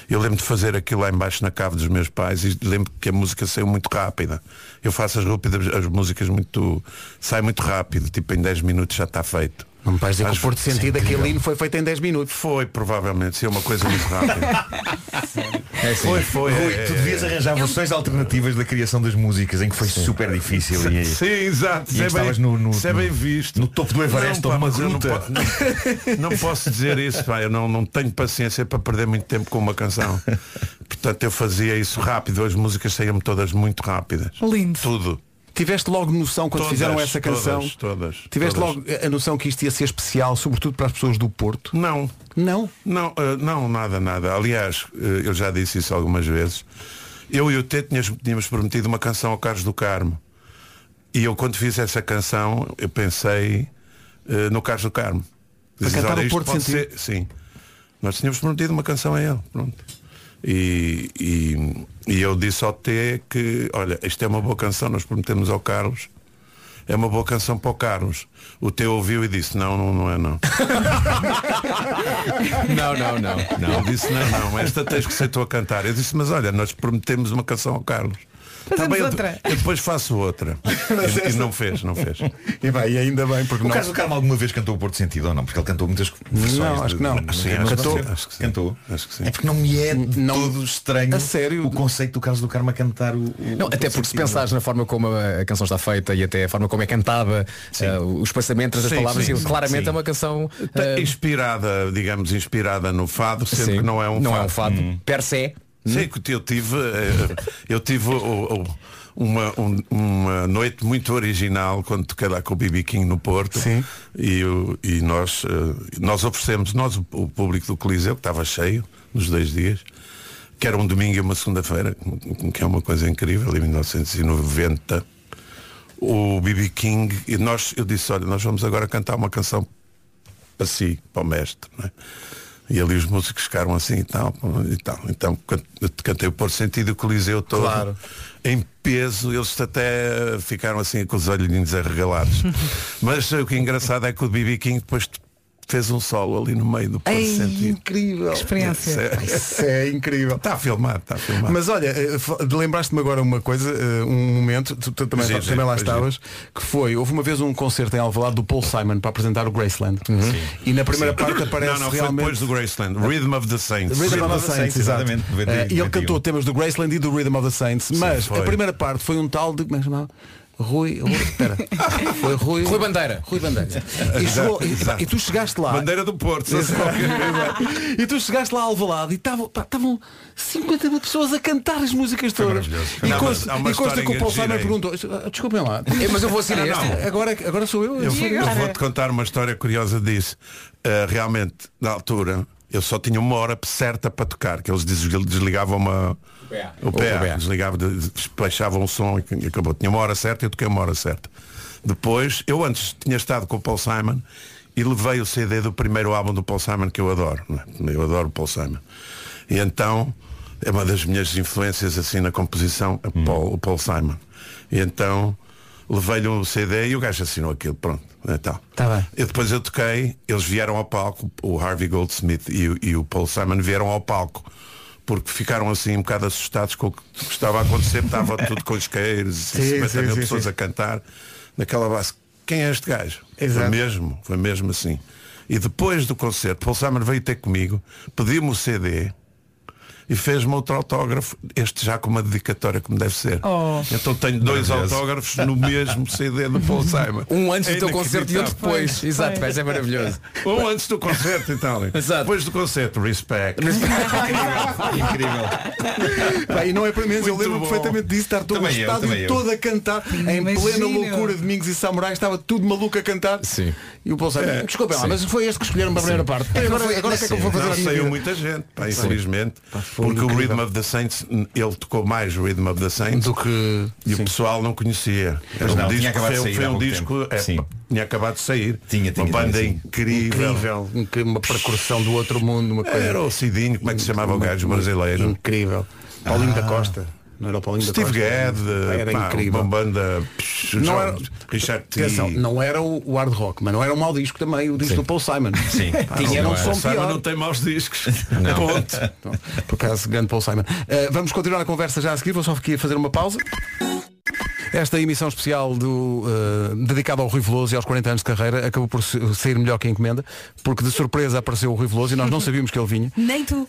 Eu lembro de fazer aquilo lá embaixo na cave dos meus pais e lembro que a música saiu muito rápida. Eu faço as, rápidas, as músicas muito. sai muito rápido, tipo em 10 minutos já está feito. Não me vais dizer que é Às o Porto vezes- Sentido Sim, aqui incrível. ali foi feito em 10 minutos. Foi, provavelmente, sim, é uma coisa muito rápida. É, Foi, foi, Rui, é, tu é, devias é. arranjar versões alternativas da criação das músicas em que foi super difícil. e, Sim, exato. E Isso é estavas bem- no, no, isso é bem visto. no topo do Everest Não, ou pá, numa mas eu não gruta. posso- Não posso dizer isso, pá. eu não, não tenho paciência para perder muito tempo com uma canção. Portanto, eu fazia isso rápido, as músicas saíam todas muito rápidas. Lindo. Tudo. Tiveste logo noção quando Todas, fizeram essa canção? todas, todas, Tiveste todas. logo a noção que isto ia ser especial, sobretudo para as pessoas do Porto? Não. Não? Não, eh, não, nada, nada. Aliás, eh, eu já disse isso algumas vezes. Eu e o T tínhamos, tínhamos prometido uma canção ao Carlos do Carmo. E eu quando fiz essa canção, eu pensei eh, no Carlos do Carmo. Para Dizes, cantar "Olha, o isto Porto pode ser- Sentido." Sim. Nós tínhamos prometido uma canção a ele. Pronto. E, e, e eu disse ao T que, olha, isto é uma boa canção, nós prometemos ao Carlos. É uma boa canção para o Carlos. O T ouviu e disse, não, não, não é não. Não, não, não. Não, ele disse, não, não, esta tens que ser tu a cantar. Eu disse, mas olha, nós prometemos uma canção ao Carlos. Tá Fazemos eu, outra. eu depois faço outra. Mas E, e essa- não fez, não fez. E, vai, e ainda bem, porque O não- caso do Carmo alguma vez cantou o Porto Sentido ou não? Porque ele cantou muitas versões. Não, de- acho que não. de- Sim, de- acho que cantou. sim, acho que sim. Cantou. Acho que sim. É porque não me é todo estranho o conceito do Carlos do Carmo a cantar o. o- Não, o até porque se Sentido. pensares na forma como a a canção está feita e até a forma como é cantada, eh, os pensamentos das Sim, palavras, sim, ele sim, claramente sim. é uma canção eh, Tá Inspirada, digamos, inspirada no fado, sendo É. Sim. que não é um Não fado. é um fado. per se. Sim, que eu tive, eh, eu tive o- o- uma, um- uma noite muito original quando toquei lá com o BB King no Porto e, o- e nós, eh, nós oferecemos, nós o, o público do Coliseu, que estava cheio nos dois dias, que era um domingo e uma segunda-feira, que é uma coisa incrível, em 1990, o BB King, e nós, eu disse, olha, nós vamos agora cantar uma canção para si, para o mestre. não é? E ali os músicos ficaram assim e tal, e tal. Então can- cantei o Por Sentido e o Coliseu todo Claro. em peso, eles até ficaram assim com os olhinhos arregalados. Mas o que é engraçado é que o BB King depois fez um solo ali no meio do Por Ei, Sentido. incrível. Que experiência. Isso é incrível. Está filmado, está filmado. Mas olha, eh, fa- lembraste-me agora uma coisa, eh, um momento, tu, tu também, Giro, também lá giro, estavas, que foi, houve uma vez um concerto em Alvalade do Paul Simon para apresentar o Graceland. E na primeira Uhum. Sim. parte aparece Não, não, foi realmente... depois do Graceland. Rhythm of the Saints. Rhythm of the Saints, exato. exatamente. Eh, 90, e ele 91. cantou temas do Graceland e do Rhythm of the Saints, mas foi. a primeira parte foi um tal de. Como é que chamava? Rui, Rui, espera. Foi Rui, Rui Bandeira. Rui Bandeira. E, chegou- e- Exato. e tu chegaste lá. Bandeira do Porto, só se Exato. qualquer E tu chegaste lá ao Alvalade e estavam pá, estavam 50 mil pessoas a cantar as músicas todas. E Não, consta, mas há uma e consta que o história Paul que gira Simon aí. perguntou, "Ah, desculpem lá. É, mas eu vou ser Não, Ah, este. não. Agora, agora sou eu. Eu, E eu agora? é. vou-te contar uma história curiosa disso. Uh, realmente, na altura, eu só tinha uma hora certa para tocar, que eles des- desligavam uma. O PA, desligava, de- despachavam o som e acabou. Tinha uma hora certa e eu toquei uma hora certa. Depois, eu antes tinha estado com o Paul Simon e levei o CD do primeiro álbum do Paul Simon que eu adoro. não é? Eu adoro o Paul Simon. E então, é uma das minhas influências assim na composição, é Hum. Paul- o Paul Simon. E então levei-lhe o CD e o gajo assinou aquilo, pronto. é tal. Tá bem. E depois eu toquei, eles vieram ao palco, o Harvey Goldsmith e, o- e o Paul Simon vieram ao palco, porque ficaram assim um bocado assustados com o que estava a acontecer, estava tudo com isqueiros, Sim, 50 sim, mil sim, pessoas sim. a cantar, naquela base, quem é este gajo? Exato. Foi mesmo, foi mesmo assim. E depois do concerto, Paul Simon veio ter comigo, pediu-me o CD e fez-me outro autógrafo, este já com uma dedicatória como deve ser. Oh. Então tenho dois Maravilhoso. autógrafos no mesmo CD do Paul Simon. É Um antes do teu Inacreditável. concerto e outro depois. Foi. Exato, mas é maravilhoso. Um antes do concerto e tal. Depois do concerto, respect. Ah, Incrível. Pá, e não é para menos, eu Muito lembro bom. perfeitamente disso, estar todo o Também eu, também estádio eu. todo a cantar em Imagino. plena loucura de Domingos e Samurais, estava tudo maluco a cantar. Sim. E o Paul Simon, É. desculpem lá, Sim. mas foi este que escolheram para a primeira Sim. parte. Agora, agora o que é que eu vou fazer Não, à minha saiu vida? muita gente, pá, Sim. infelizmente. foi porque o incrível. Rhythm of the Saints, ele tocou mais o Rhythm of the Saints do que e o pessoal não conhecia. Era Pois um não, tinha disco, acabado de foi, sair foi há um pouco disco, tempo. é, Sim. tinha acabado de sair. uma tinha, tinha, banda sim. incrível. Incrível, incri- uma percussão do outro mundo, uma coisa. Era o Cidinho, como é que se chamava o gajo brasileiro? Ah. Incrível. Paulinho da Costa. Não era o Paulinho Steve da Costa. Gadd, Ah, era pá, um incrível. uma banda psh, Não John- era- Richard T. Atenção, é não era o o hard rock, mas não era um mau disco também, o disco Sim. do Paul Simon. Sim. Pá, Tinha, era não um é? som Paul Simon pior. não tem maus discos. Não. Ponto. Então, Por acaso, grande Paul Simon. Uh, vamos continuar a conversa já a seguir, vou só aqui fazer uma pausa. Esta emissão especial do, uh, dedicada ao Rui Veloso e aos 40 anos de carreira acabou por se- sair melhor que a encomenda, porque de surpresa apareceu o Rui Veloso e nós não sabíamos que ele vinha. Nem tu. Uh,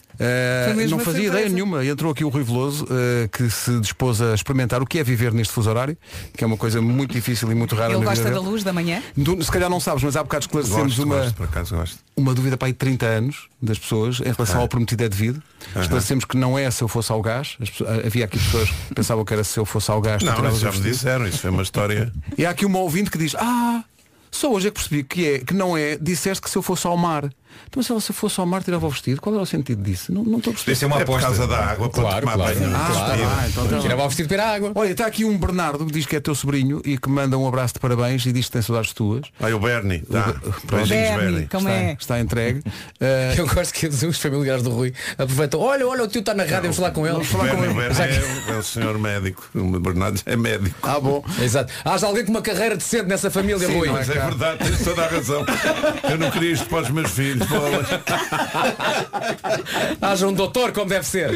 Foi mesmo não uma fazia surpresa. ideia nenhuma. E Entrou aqui o Rui Veloso, uh, que se dispôs a experimentar o que é viver neste fuso horário, que é uma coisa muito difícil e muito rara Ele na gosta vida da dele. luz da manhã? Du- Se calhar não sabes, mas há bocado esclarecemos Gosto, uma, gosto, por acaso gosto. uma dúvida para aí de 30 anos das pessoas em relação Ah. ao prometido é devido. Aham. Esclarecemos que não é se eu fosse ao gás. As pessoas- eh, havia aqui pessoas que pensavam que era se eu fosse ao gás. tu Não, tiravas isso já o me vestido. disseram, isso foi uma história. E há aqui uma ouvinte que diz, ah, só hoje é que percebi que, é, que não é, disseste que se eu fosse ao mar. Então se ela se eu fosse ao mar tirava o vestido, qual era o sentido disso? Não, não estou a perceber. Isso é uma aposta. por causa da água, para Claro, tomar claro. banho. é? Ah, Claro. está bem, então, então. Tirava o vestido para a água. Olha, está aqui um Bernardo que diz que é teu sobrinho e que manda um abraço de parabéns e diz que tem saudades tuas. Aí o Bernie, tá. Pronto. Beijinhos, Bernie. como está, é? está entregue. Eh, é Eu gosto que os familiares do Rui aproveitam. Olha, olha, o tio está na rádio, vamos falar com ele. O Bernie- o Bernie é, é o senhor médico. O Bernardo é médico. Ah, bom. Exato. Há já alguém com uma carreira decente nessa família, Rui. mas é verdade, tens toda a razão. Eu não queria isto para os meus filhos. bolas. Haja um doutor como deve ser.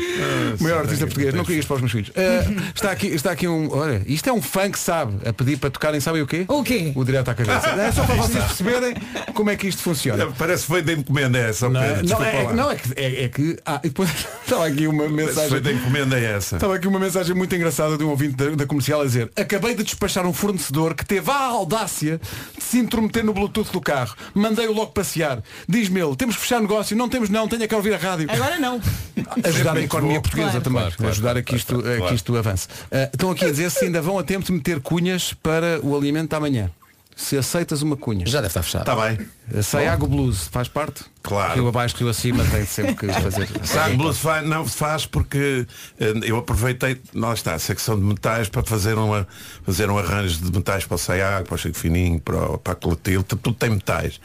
O maior artista português, não queria isto para os meus filhos. Ah, está, aqui, está aqui um. Olha, isto é um fã que sabe, a pedir para tocarem, sabem o quê? O quê? O direto à cabeça. É só para vocês perceberem como é que isto funciona. Parece que foi da encomenda essa. Não, Pedro, não, desculpa é, lá. não, é que. É, é que ah, e depois estava aqui uma Parece que mensagem. Foi da encomenda essa. Estava aqui uma mensagem muito engraçada de um ouvinte da, da comercial a dizer Acabei de despachar um fornecedor que teve a audácia de se intrometer no Bluetooth do carro. Mandei-o logo passear. Diz-me ele, temos que fechar negócio, não temos não, tenho é que ouvir a rádio. Agora não. Ajudar a Muito economia bom. portuguesa Claro. também. Claro, claro, ajudar a que isto, a que claro. isto avance. Ah, estão aqui a dizer se ainda vão a tempo de meter cunhas para o alimento da manhã. Se aceitas uma cunha. Já deve estar fechado. Está bem. Saiago Blues, faz parte? Claro. Rio abaixo, rio acima, tem sempre que fazer. Sabe, Blues faz, não faz porque eh, eu aproveitei, lá está, a secção de metais para fazer, uma, fazer um arranjo de tá, metais para o Saiago, para o Chico Fininho, para, o- para a Clotilde, tudo tem metais.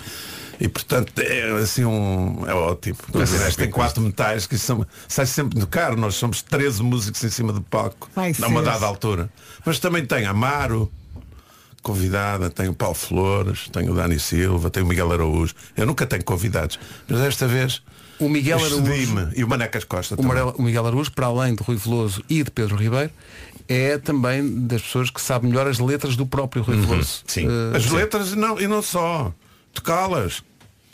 E portanto é assim um. É ótimo. Quer dizer, esta tem quatro metais que são. Sai sempre do caro. Nós somos 13 músicos em cima do palco. Vai numa ser. dada altura. Mas também tem Amaro, convidada, tem o Paulo Flores, tem o Dani Silva, tem o Miguel Araújo. Eu nunca tenho convidados. Mas desta vez. O Miguel Araújo- excedi-me. E o Manecas Costa O, também. Marel- o Miguel Araújo, para além de Rui Veloso e de Pedro Ribeiro, é também das pessoas que sabem melhor as letras do próprio Rui Veloso. Uhum, Sim. Eh, As letras e não, e não só. Tocá-las.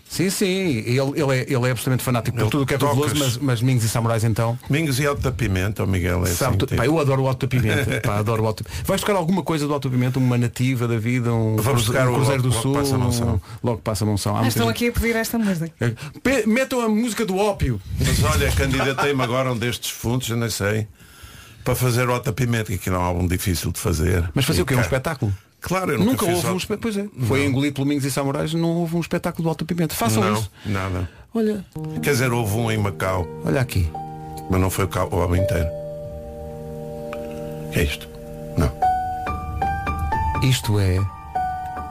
Sim, sim. Ele, ele, é, ele é absolutamente fanático por tudo o que é Rui Veloso, mas, mas Mingos e Samurais então. Mingos e Alto da Pimenta, o Miguel é Sabe, assim, tu- tipo- pá, eu adoro o Alto da Pimenta. pá, adoro o Alto da- Vais buscar alguma coisa do Alto da Pimenta? Uma nativa da vida? Um, Vamos buscar um o Cruzeiro Logo- do Logo Sul? Passa a Monção. um- Logo passa a Monção. Há Ah, muita estão gente- aqui a pedir esta música. Pe- Metam a música do ópio. Mas olha, candidatei-me agora a um destes fundos, eu nem sei, para fazer o Ota Pimenta, que aquilo é um álbum difícil de fazer. Mas fazer o quê? Um Cara, espetáculo? Claro, eu nunca, Nunca fiz houve al- um espetáculo. Pois é. Foi Não. engolido pelo Mingos e Samurais, não houve um espetáculo do Alto da Pimenta. Façam não, isso. nada. Olha. Quer dizer, houve um em Macau, Olha aqui. mas não foi o ca- o álbum inteiro. É isto. Isto é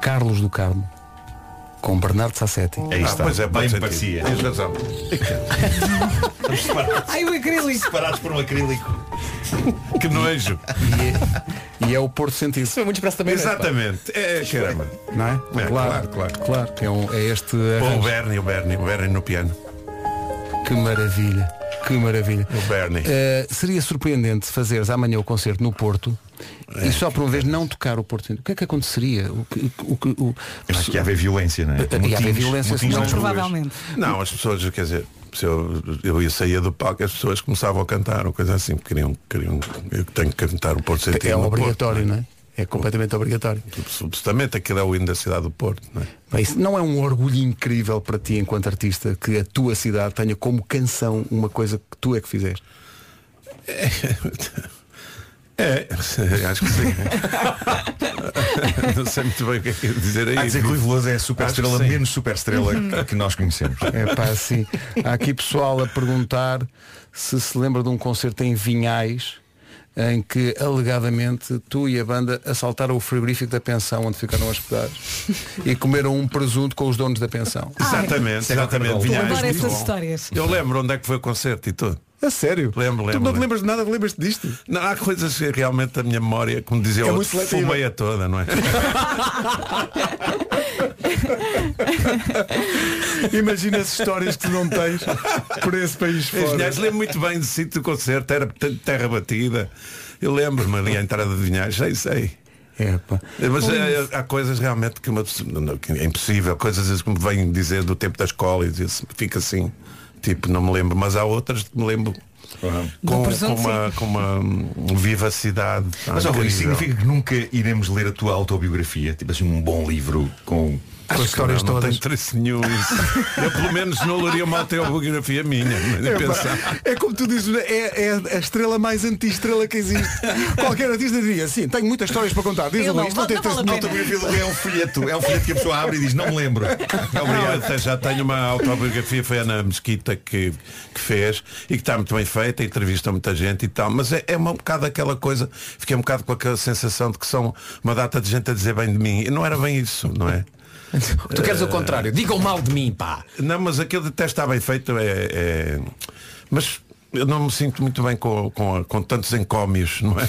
Carlos do Carmo com Bernardo Sassetti. Aí Ah, está. pois é, Bem faz sentido. parecia. Tens razão. Ai, o acrílico. Separados por um acrílico. Que nojo. E é, e é o Porto Sentido. Isso é muito expresso também, não é, pá? Exatamente. É, caramba. Não é? É, claro, claro, claro. claro. É, um- é este Ou o arranjo. Bernie, o Bernie, o Bernie no piano. Que maravilha. Que maravilha. O Bernie. Uh, seria surpreendente se fazeres amanhã o concerto no Porto É. e só por uma vez não tocar o Porto Sentido. O que é que aconteceria? O que, o que, o... Eu acho que ia haver violência, não é? Ia haver Motins- violência, motins senão- nas ruas. Provavelmente. Não, as pessoas, quer dizer, se eu, eu ia sair do palco, as pessoas começavam a cantar ou coisa assim, porque queriam, queriam, eu tenho que cantar o Porto Sentido. É no obrigatório, não é? É completamente obrigatório. Porto. Supostamente aquilo é o hino da cidade do Porto, não é? Bem, isso não é um orgulho incrível para ti enquanto artista que a tua cidade tenha como canção uma coisa que tu é que fizeste? É, acho que sim. Não sei muito bem o que é que ia dizer aí. Há de dizer que Rui Veloso é a super Acho que estrela, sim. menos super estrela que nós conhecemos. É pá, sim. Há aqui pessoal a perguntar se se lembra de um concerto em Vinhais em que alegadamente tu e a banda assaltaram o frigorífico da pensão onde ficaram hospedados e comeram um presunto com os donos da pensão. Exatamente, exatamente. Eu Vinhais, Ah, adoro muito essas bom. histórias. Eu lembro onde é que foi o concerto e tudo. A sério? Lembro, lembro. Tu não te lembro. lembras de nada, lembras-te disto? Não, há coisas que realmente da minha memória, como dizia É o muito outro, seletiva. fumei a toda, não é? Imagina as histórias que tu não tens por esse país As fora. Vinhais lembro muito bem do sítio do concerto, era portanto, terra batida. Eu lembro-me ali à entrada de Vinhais, sei, sei. É Mas eh, há coisas realmente que, uma pessoa- não, não, que é impossível, coisas que me vêm dizer do tempo da escola e diz, fica assim, tipo, não me lembro, mas há outras que me lembro com, presunto, com uma, com uma, hum, vivacidade. pá, Mas ó, Rui, incrível. significa que nunca iremos ler a tua autobiografia, tipo assim um bom livro com, Acho que não, não tem interesse nenhum isso. Eu pelo menos não leria uma autobiografia minha, nem É, pá, pensar. é como tu dizes, é, é a estrela mais anti-estrela que existe. Qualquer artista diria, sim, tenho muitas histórias para contar. Diz Eu Luís, não, não, não tem vale tempo a pena. Autobiografia do Rui é um folheto, é um folheto que a pessoa abre e diz, não me lembro. Não, eu te- já tenho uma autobiografia, foi a Ana Mesquita que, que fez e que está muito bem feita, entrevista muita gente e tal, mas é, é uma- um bocado aquela coisa, fiquei um bocado com aquela sensação de que são uma data de gente a dizer bem de mim. E não era bem isso, não é? Tu queres o contrário. Digam mal de mim, pá. Não, mas aquilo até está bem feito, é. é- Mas eu não me sinto muito bem com, com, a- com tantos encómios, não é?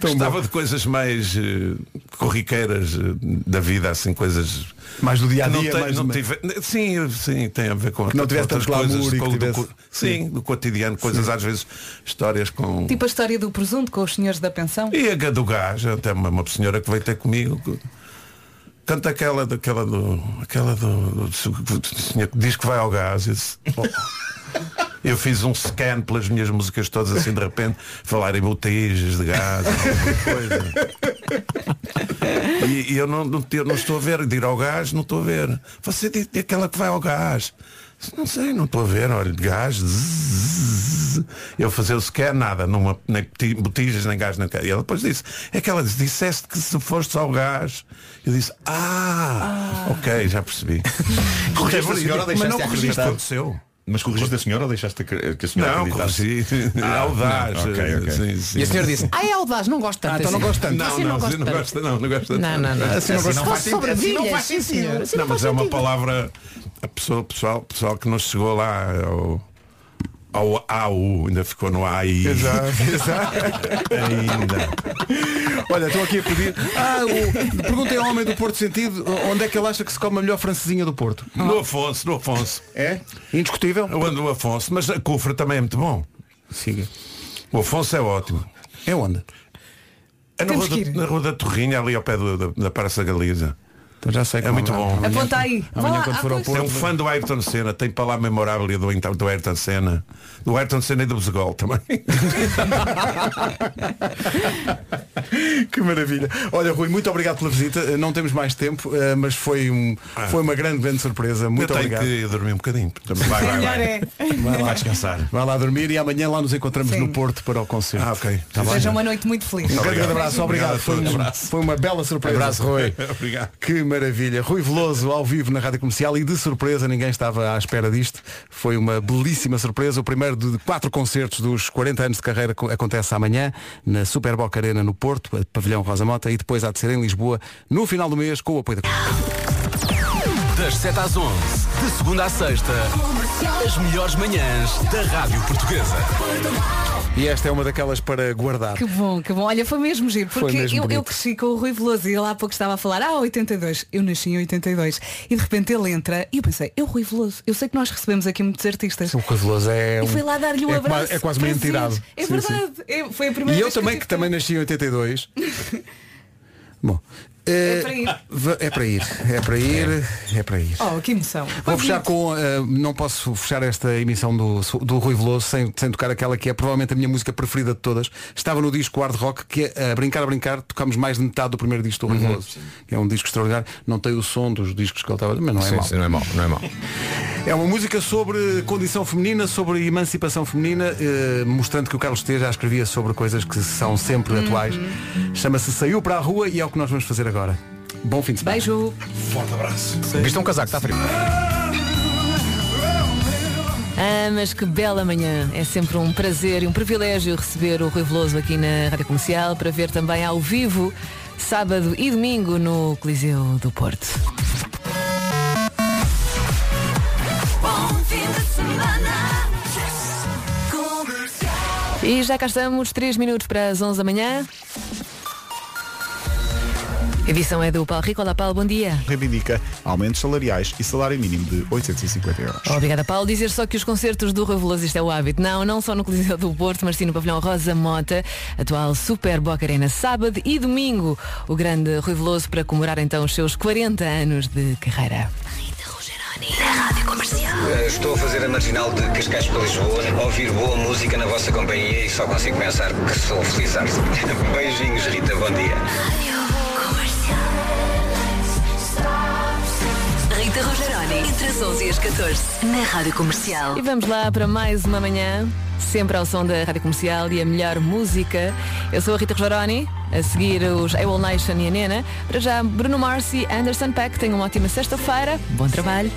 Gostava de coisas mais eh, corriqueiras eh, da vida, assim, coisas. Mais do dia-a-dia, que não tem- mais não do- tive- Sim, sim, tem a ver com Que não com tivesse outras tanto glamour e que do tivesse- co- sim, do cotidiano, coisas às vezes, histórias com. Tipo a história do presunto com os senhores da pensão. E a ga- do gajo, até uma, uma senhora que veio ter comigo. que- Canta aquela daquela do. aquela do, do, do- do senhor que diz que vai ao gás. Eu disse, "Oh." Eu fiz um scan pelas minhas músicas todas assim de repente, falar em botijas de gás, alguma coisa. E, e eu não, não, eu não estou a ver, de ir ao gás, não estou a ver. Você diz "É aquela que vai ao gás. Disse, Não sei, não estou a ver, olha, gás. zzz. Eu fazer o sequer nada, numa, nem boti- botijas, nem gás, nem E ela depois disse, é que ela disse, disseste que se foste ao gás. Eu disse, ah, ok, já percebi. Corrigiste a senhora ou deixaste mas não de corrigiste acreditar? aconteceu. Mas corrigiste a senhora ou deixaste que a senhora Não, acreditasse? corrigi. Ah, Audaz. não, ok, ok. Sim, sim. E a senhora disse, Ah, é audaz, não gosto tanto. Ah, então não tipo. assim. gosto tanto. Não, Assim não, assim gosto não tanto. gosta, não, não gosta. Não, não, não. Assim não Assim gosta. não faz sentido. Assim não faz Sim, sentido. senhor. Assim Não, não faz mas é uma sentido. palavra. A pessoa, pessoal, pessoal que não chegou lá é ao. Ao AU, ainda ficou no AI. Exato, exato. Ainda. Olha, estou aqui a pedir. Ah, o... Perguntem ao homem do Porto Sentido onde é que ele acha que se come a melhor francesinha do Porto. No Afonso, no Afonso. É? Indiscutível? Eu ando no Afonso, mas a Cufra também é muito bom. Siga. O Afonso é ótimo. É onde? É na, Temos rua que ir. da, na Rua da Torrinha, ali ao pé do- da, da Praça Galiza. Então já sei é muito bom. Aponta aí. Vá lá, ah, pois. É um fã do Ayrton Senna, tem para lá a memorável do, então, do Ayrton Senna. Do Ayrton Senna e do Bezegol também. Que maravilha. Olha, Rui, muito obrigado pela visita. Eh, Não temos mais tempo, eh, mas foi, um, foi uma grande, grande surpresa. Muito Eu tenho obrigado. que dormir um bocadinho. Também vai, vai, vai. Vai lá. Vai descansar. Vai lá dormir e amanhã lá nos encontramos no Porto para o concerto. Ah, ok. Tá bem? Seja uma noite muito feliz. Um grande, grande abraço, obrigado. Obrigado a Foi, um- todos. foi uma bela surpresa. Abraço, Rui. obrigado. Que maravilha. Rui Veloso ao vivo na Rádio Comercial e de surpresa, ninguém estava à espera disto. Foi uma belíssima surpresa. O primeiro de quatro concertos dos 40 anos de carreira co- acontece amanhã na Super Boca Arena no Porto, a Pavilhão Rosa Mota, e depois há de ser em Lisboa no final do mês com o apoio da... Das 7 às 11, de segunda à sexta, as melhores manhãs da Rádio Portuguesa. E esta é uma daquelas para guardar. Que bom, que bom. Olha, foi mesmo giro, Foi porque mesmo eu, eu bonito. cresci com o Rui Veloso e ele há pouco estava a falar, ah, 82, eu nasci em 82. E de repente ele entra e eu pensei, é o Rui Veloso, eu sei que nós recebemos aqui muitos artistas. O Rui Veloso é E um- fui lá dar-lhe um é abraço. quase- é quase uma prazer. entidade. É Sim, sim. verdade. É- foi a primeira E eu vez também, eu que também nasci em 82. Bom. É eh, para ir. va- É para ir. É para ir. É para ir. Oh, que emoção. Vou fechar com. eh, não posso fechar esta emissão do, do Rui Veloso sem, sem tocar aquela que é provavelmente a minha música preferida de todas. Estava no disco Hard Rock, que é, a Brincar a Brincar, tocamos mais de metade do primeiro disco do Rui Uhum. Veloso. É um disco extraordinário. Não tem o som dos discos que ele estava, mas não é Sim, mau. sim, não é mau, não é mau. É uma música sobre condição feminina, sobre emancipação feminina, eh, mostrando que o Carlos T já escrevia sobre coisas que são sempre atuais. Chama-se Saiu para a Rua e é o que nós vamos fazer agora. Bom fim de semana. Beijo. Forte abraço. Viste um casaco, está frio. Ah, mas que bela manhã. É sempre um prazer e um privilégio receber o Rui Veloso aqui na Rádio Comercial para ver também ao vivo, sábado e domingo, no Coliseu do Porto. E já cá estamos, 3 minutos para as 11 da manhã. A edição é do Paulo Rico. Olá, Paulo, bom dia. reivindica aumentos salariais e salário mínimo de 850 euros. Obrigada, Paulo. Dizer só que os concertos do Reveloso, isto é o hábito. Não, não só no Coliseu do Porto, mas sim no pavilhão Rosa Mota, atual Super Boca Arena, sábado e domingo. O grande Reveloso para comemorar então os seus 40 anos de carreira. Eh, Estou a fazer a marginal de Cascais para Lisboa, a ouvir boa música na vossa companhia e só consigo pensar que sou feliz arte. Beijinhos, Rita, bom dia. Rita Rogeroni, entre as 11 e as 14, na Rádio Comercial. E vamos lá para mais uma manhã, sempre ao som da Rádio Comercial e a melhor música. Eu sou a Rita Rogeroni, a seguir os AWOL Nation e a Nena. Para já, Bruno Marci, Anderson Peck, tenham uma ótima sexta-feira. Bom trabalho.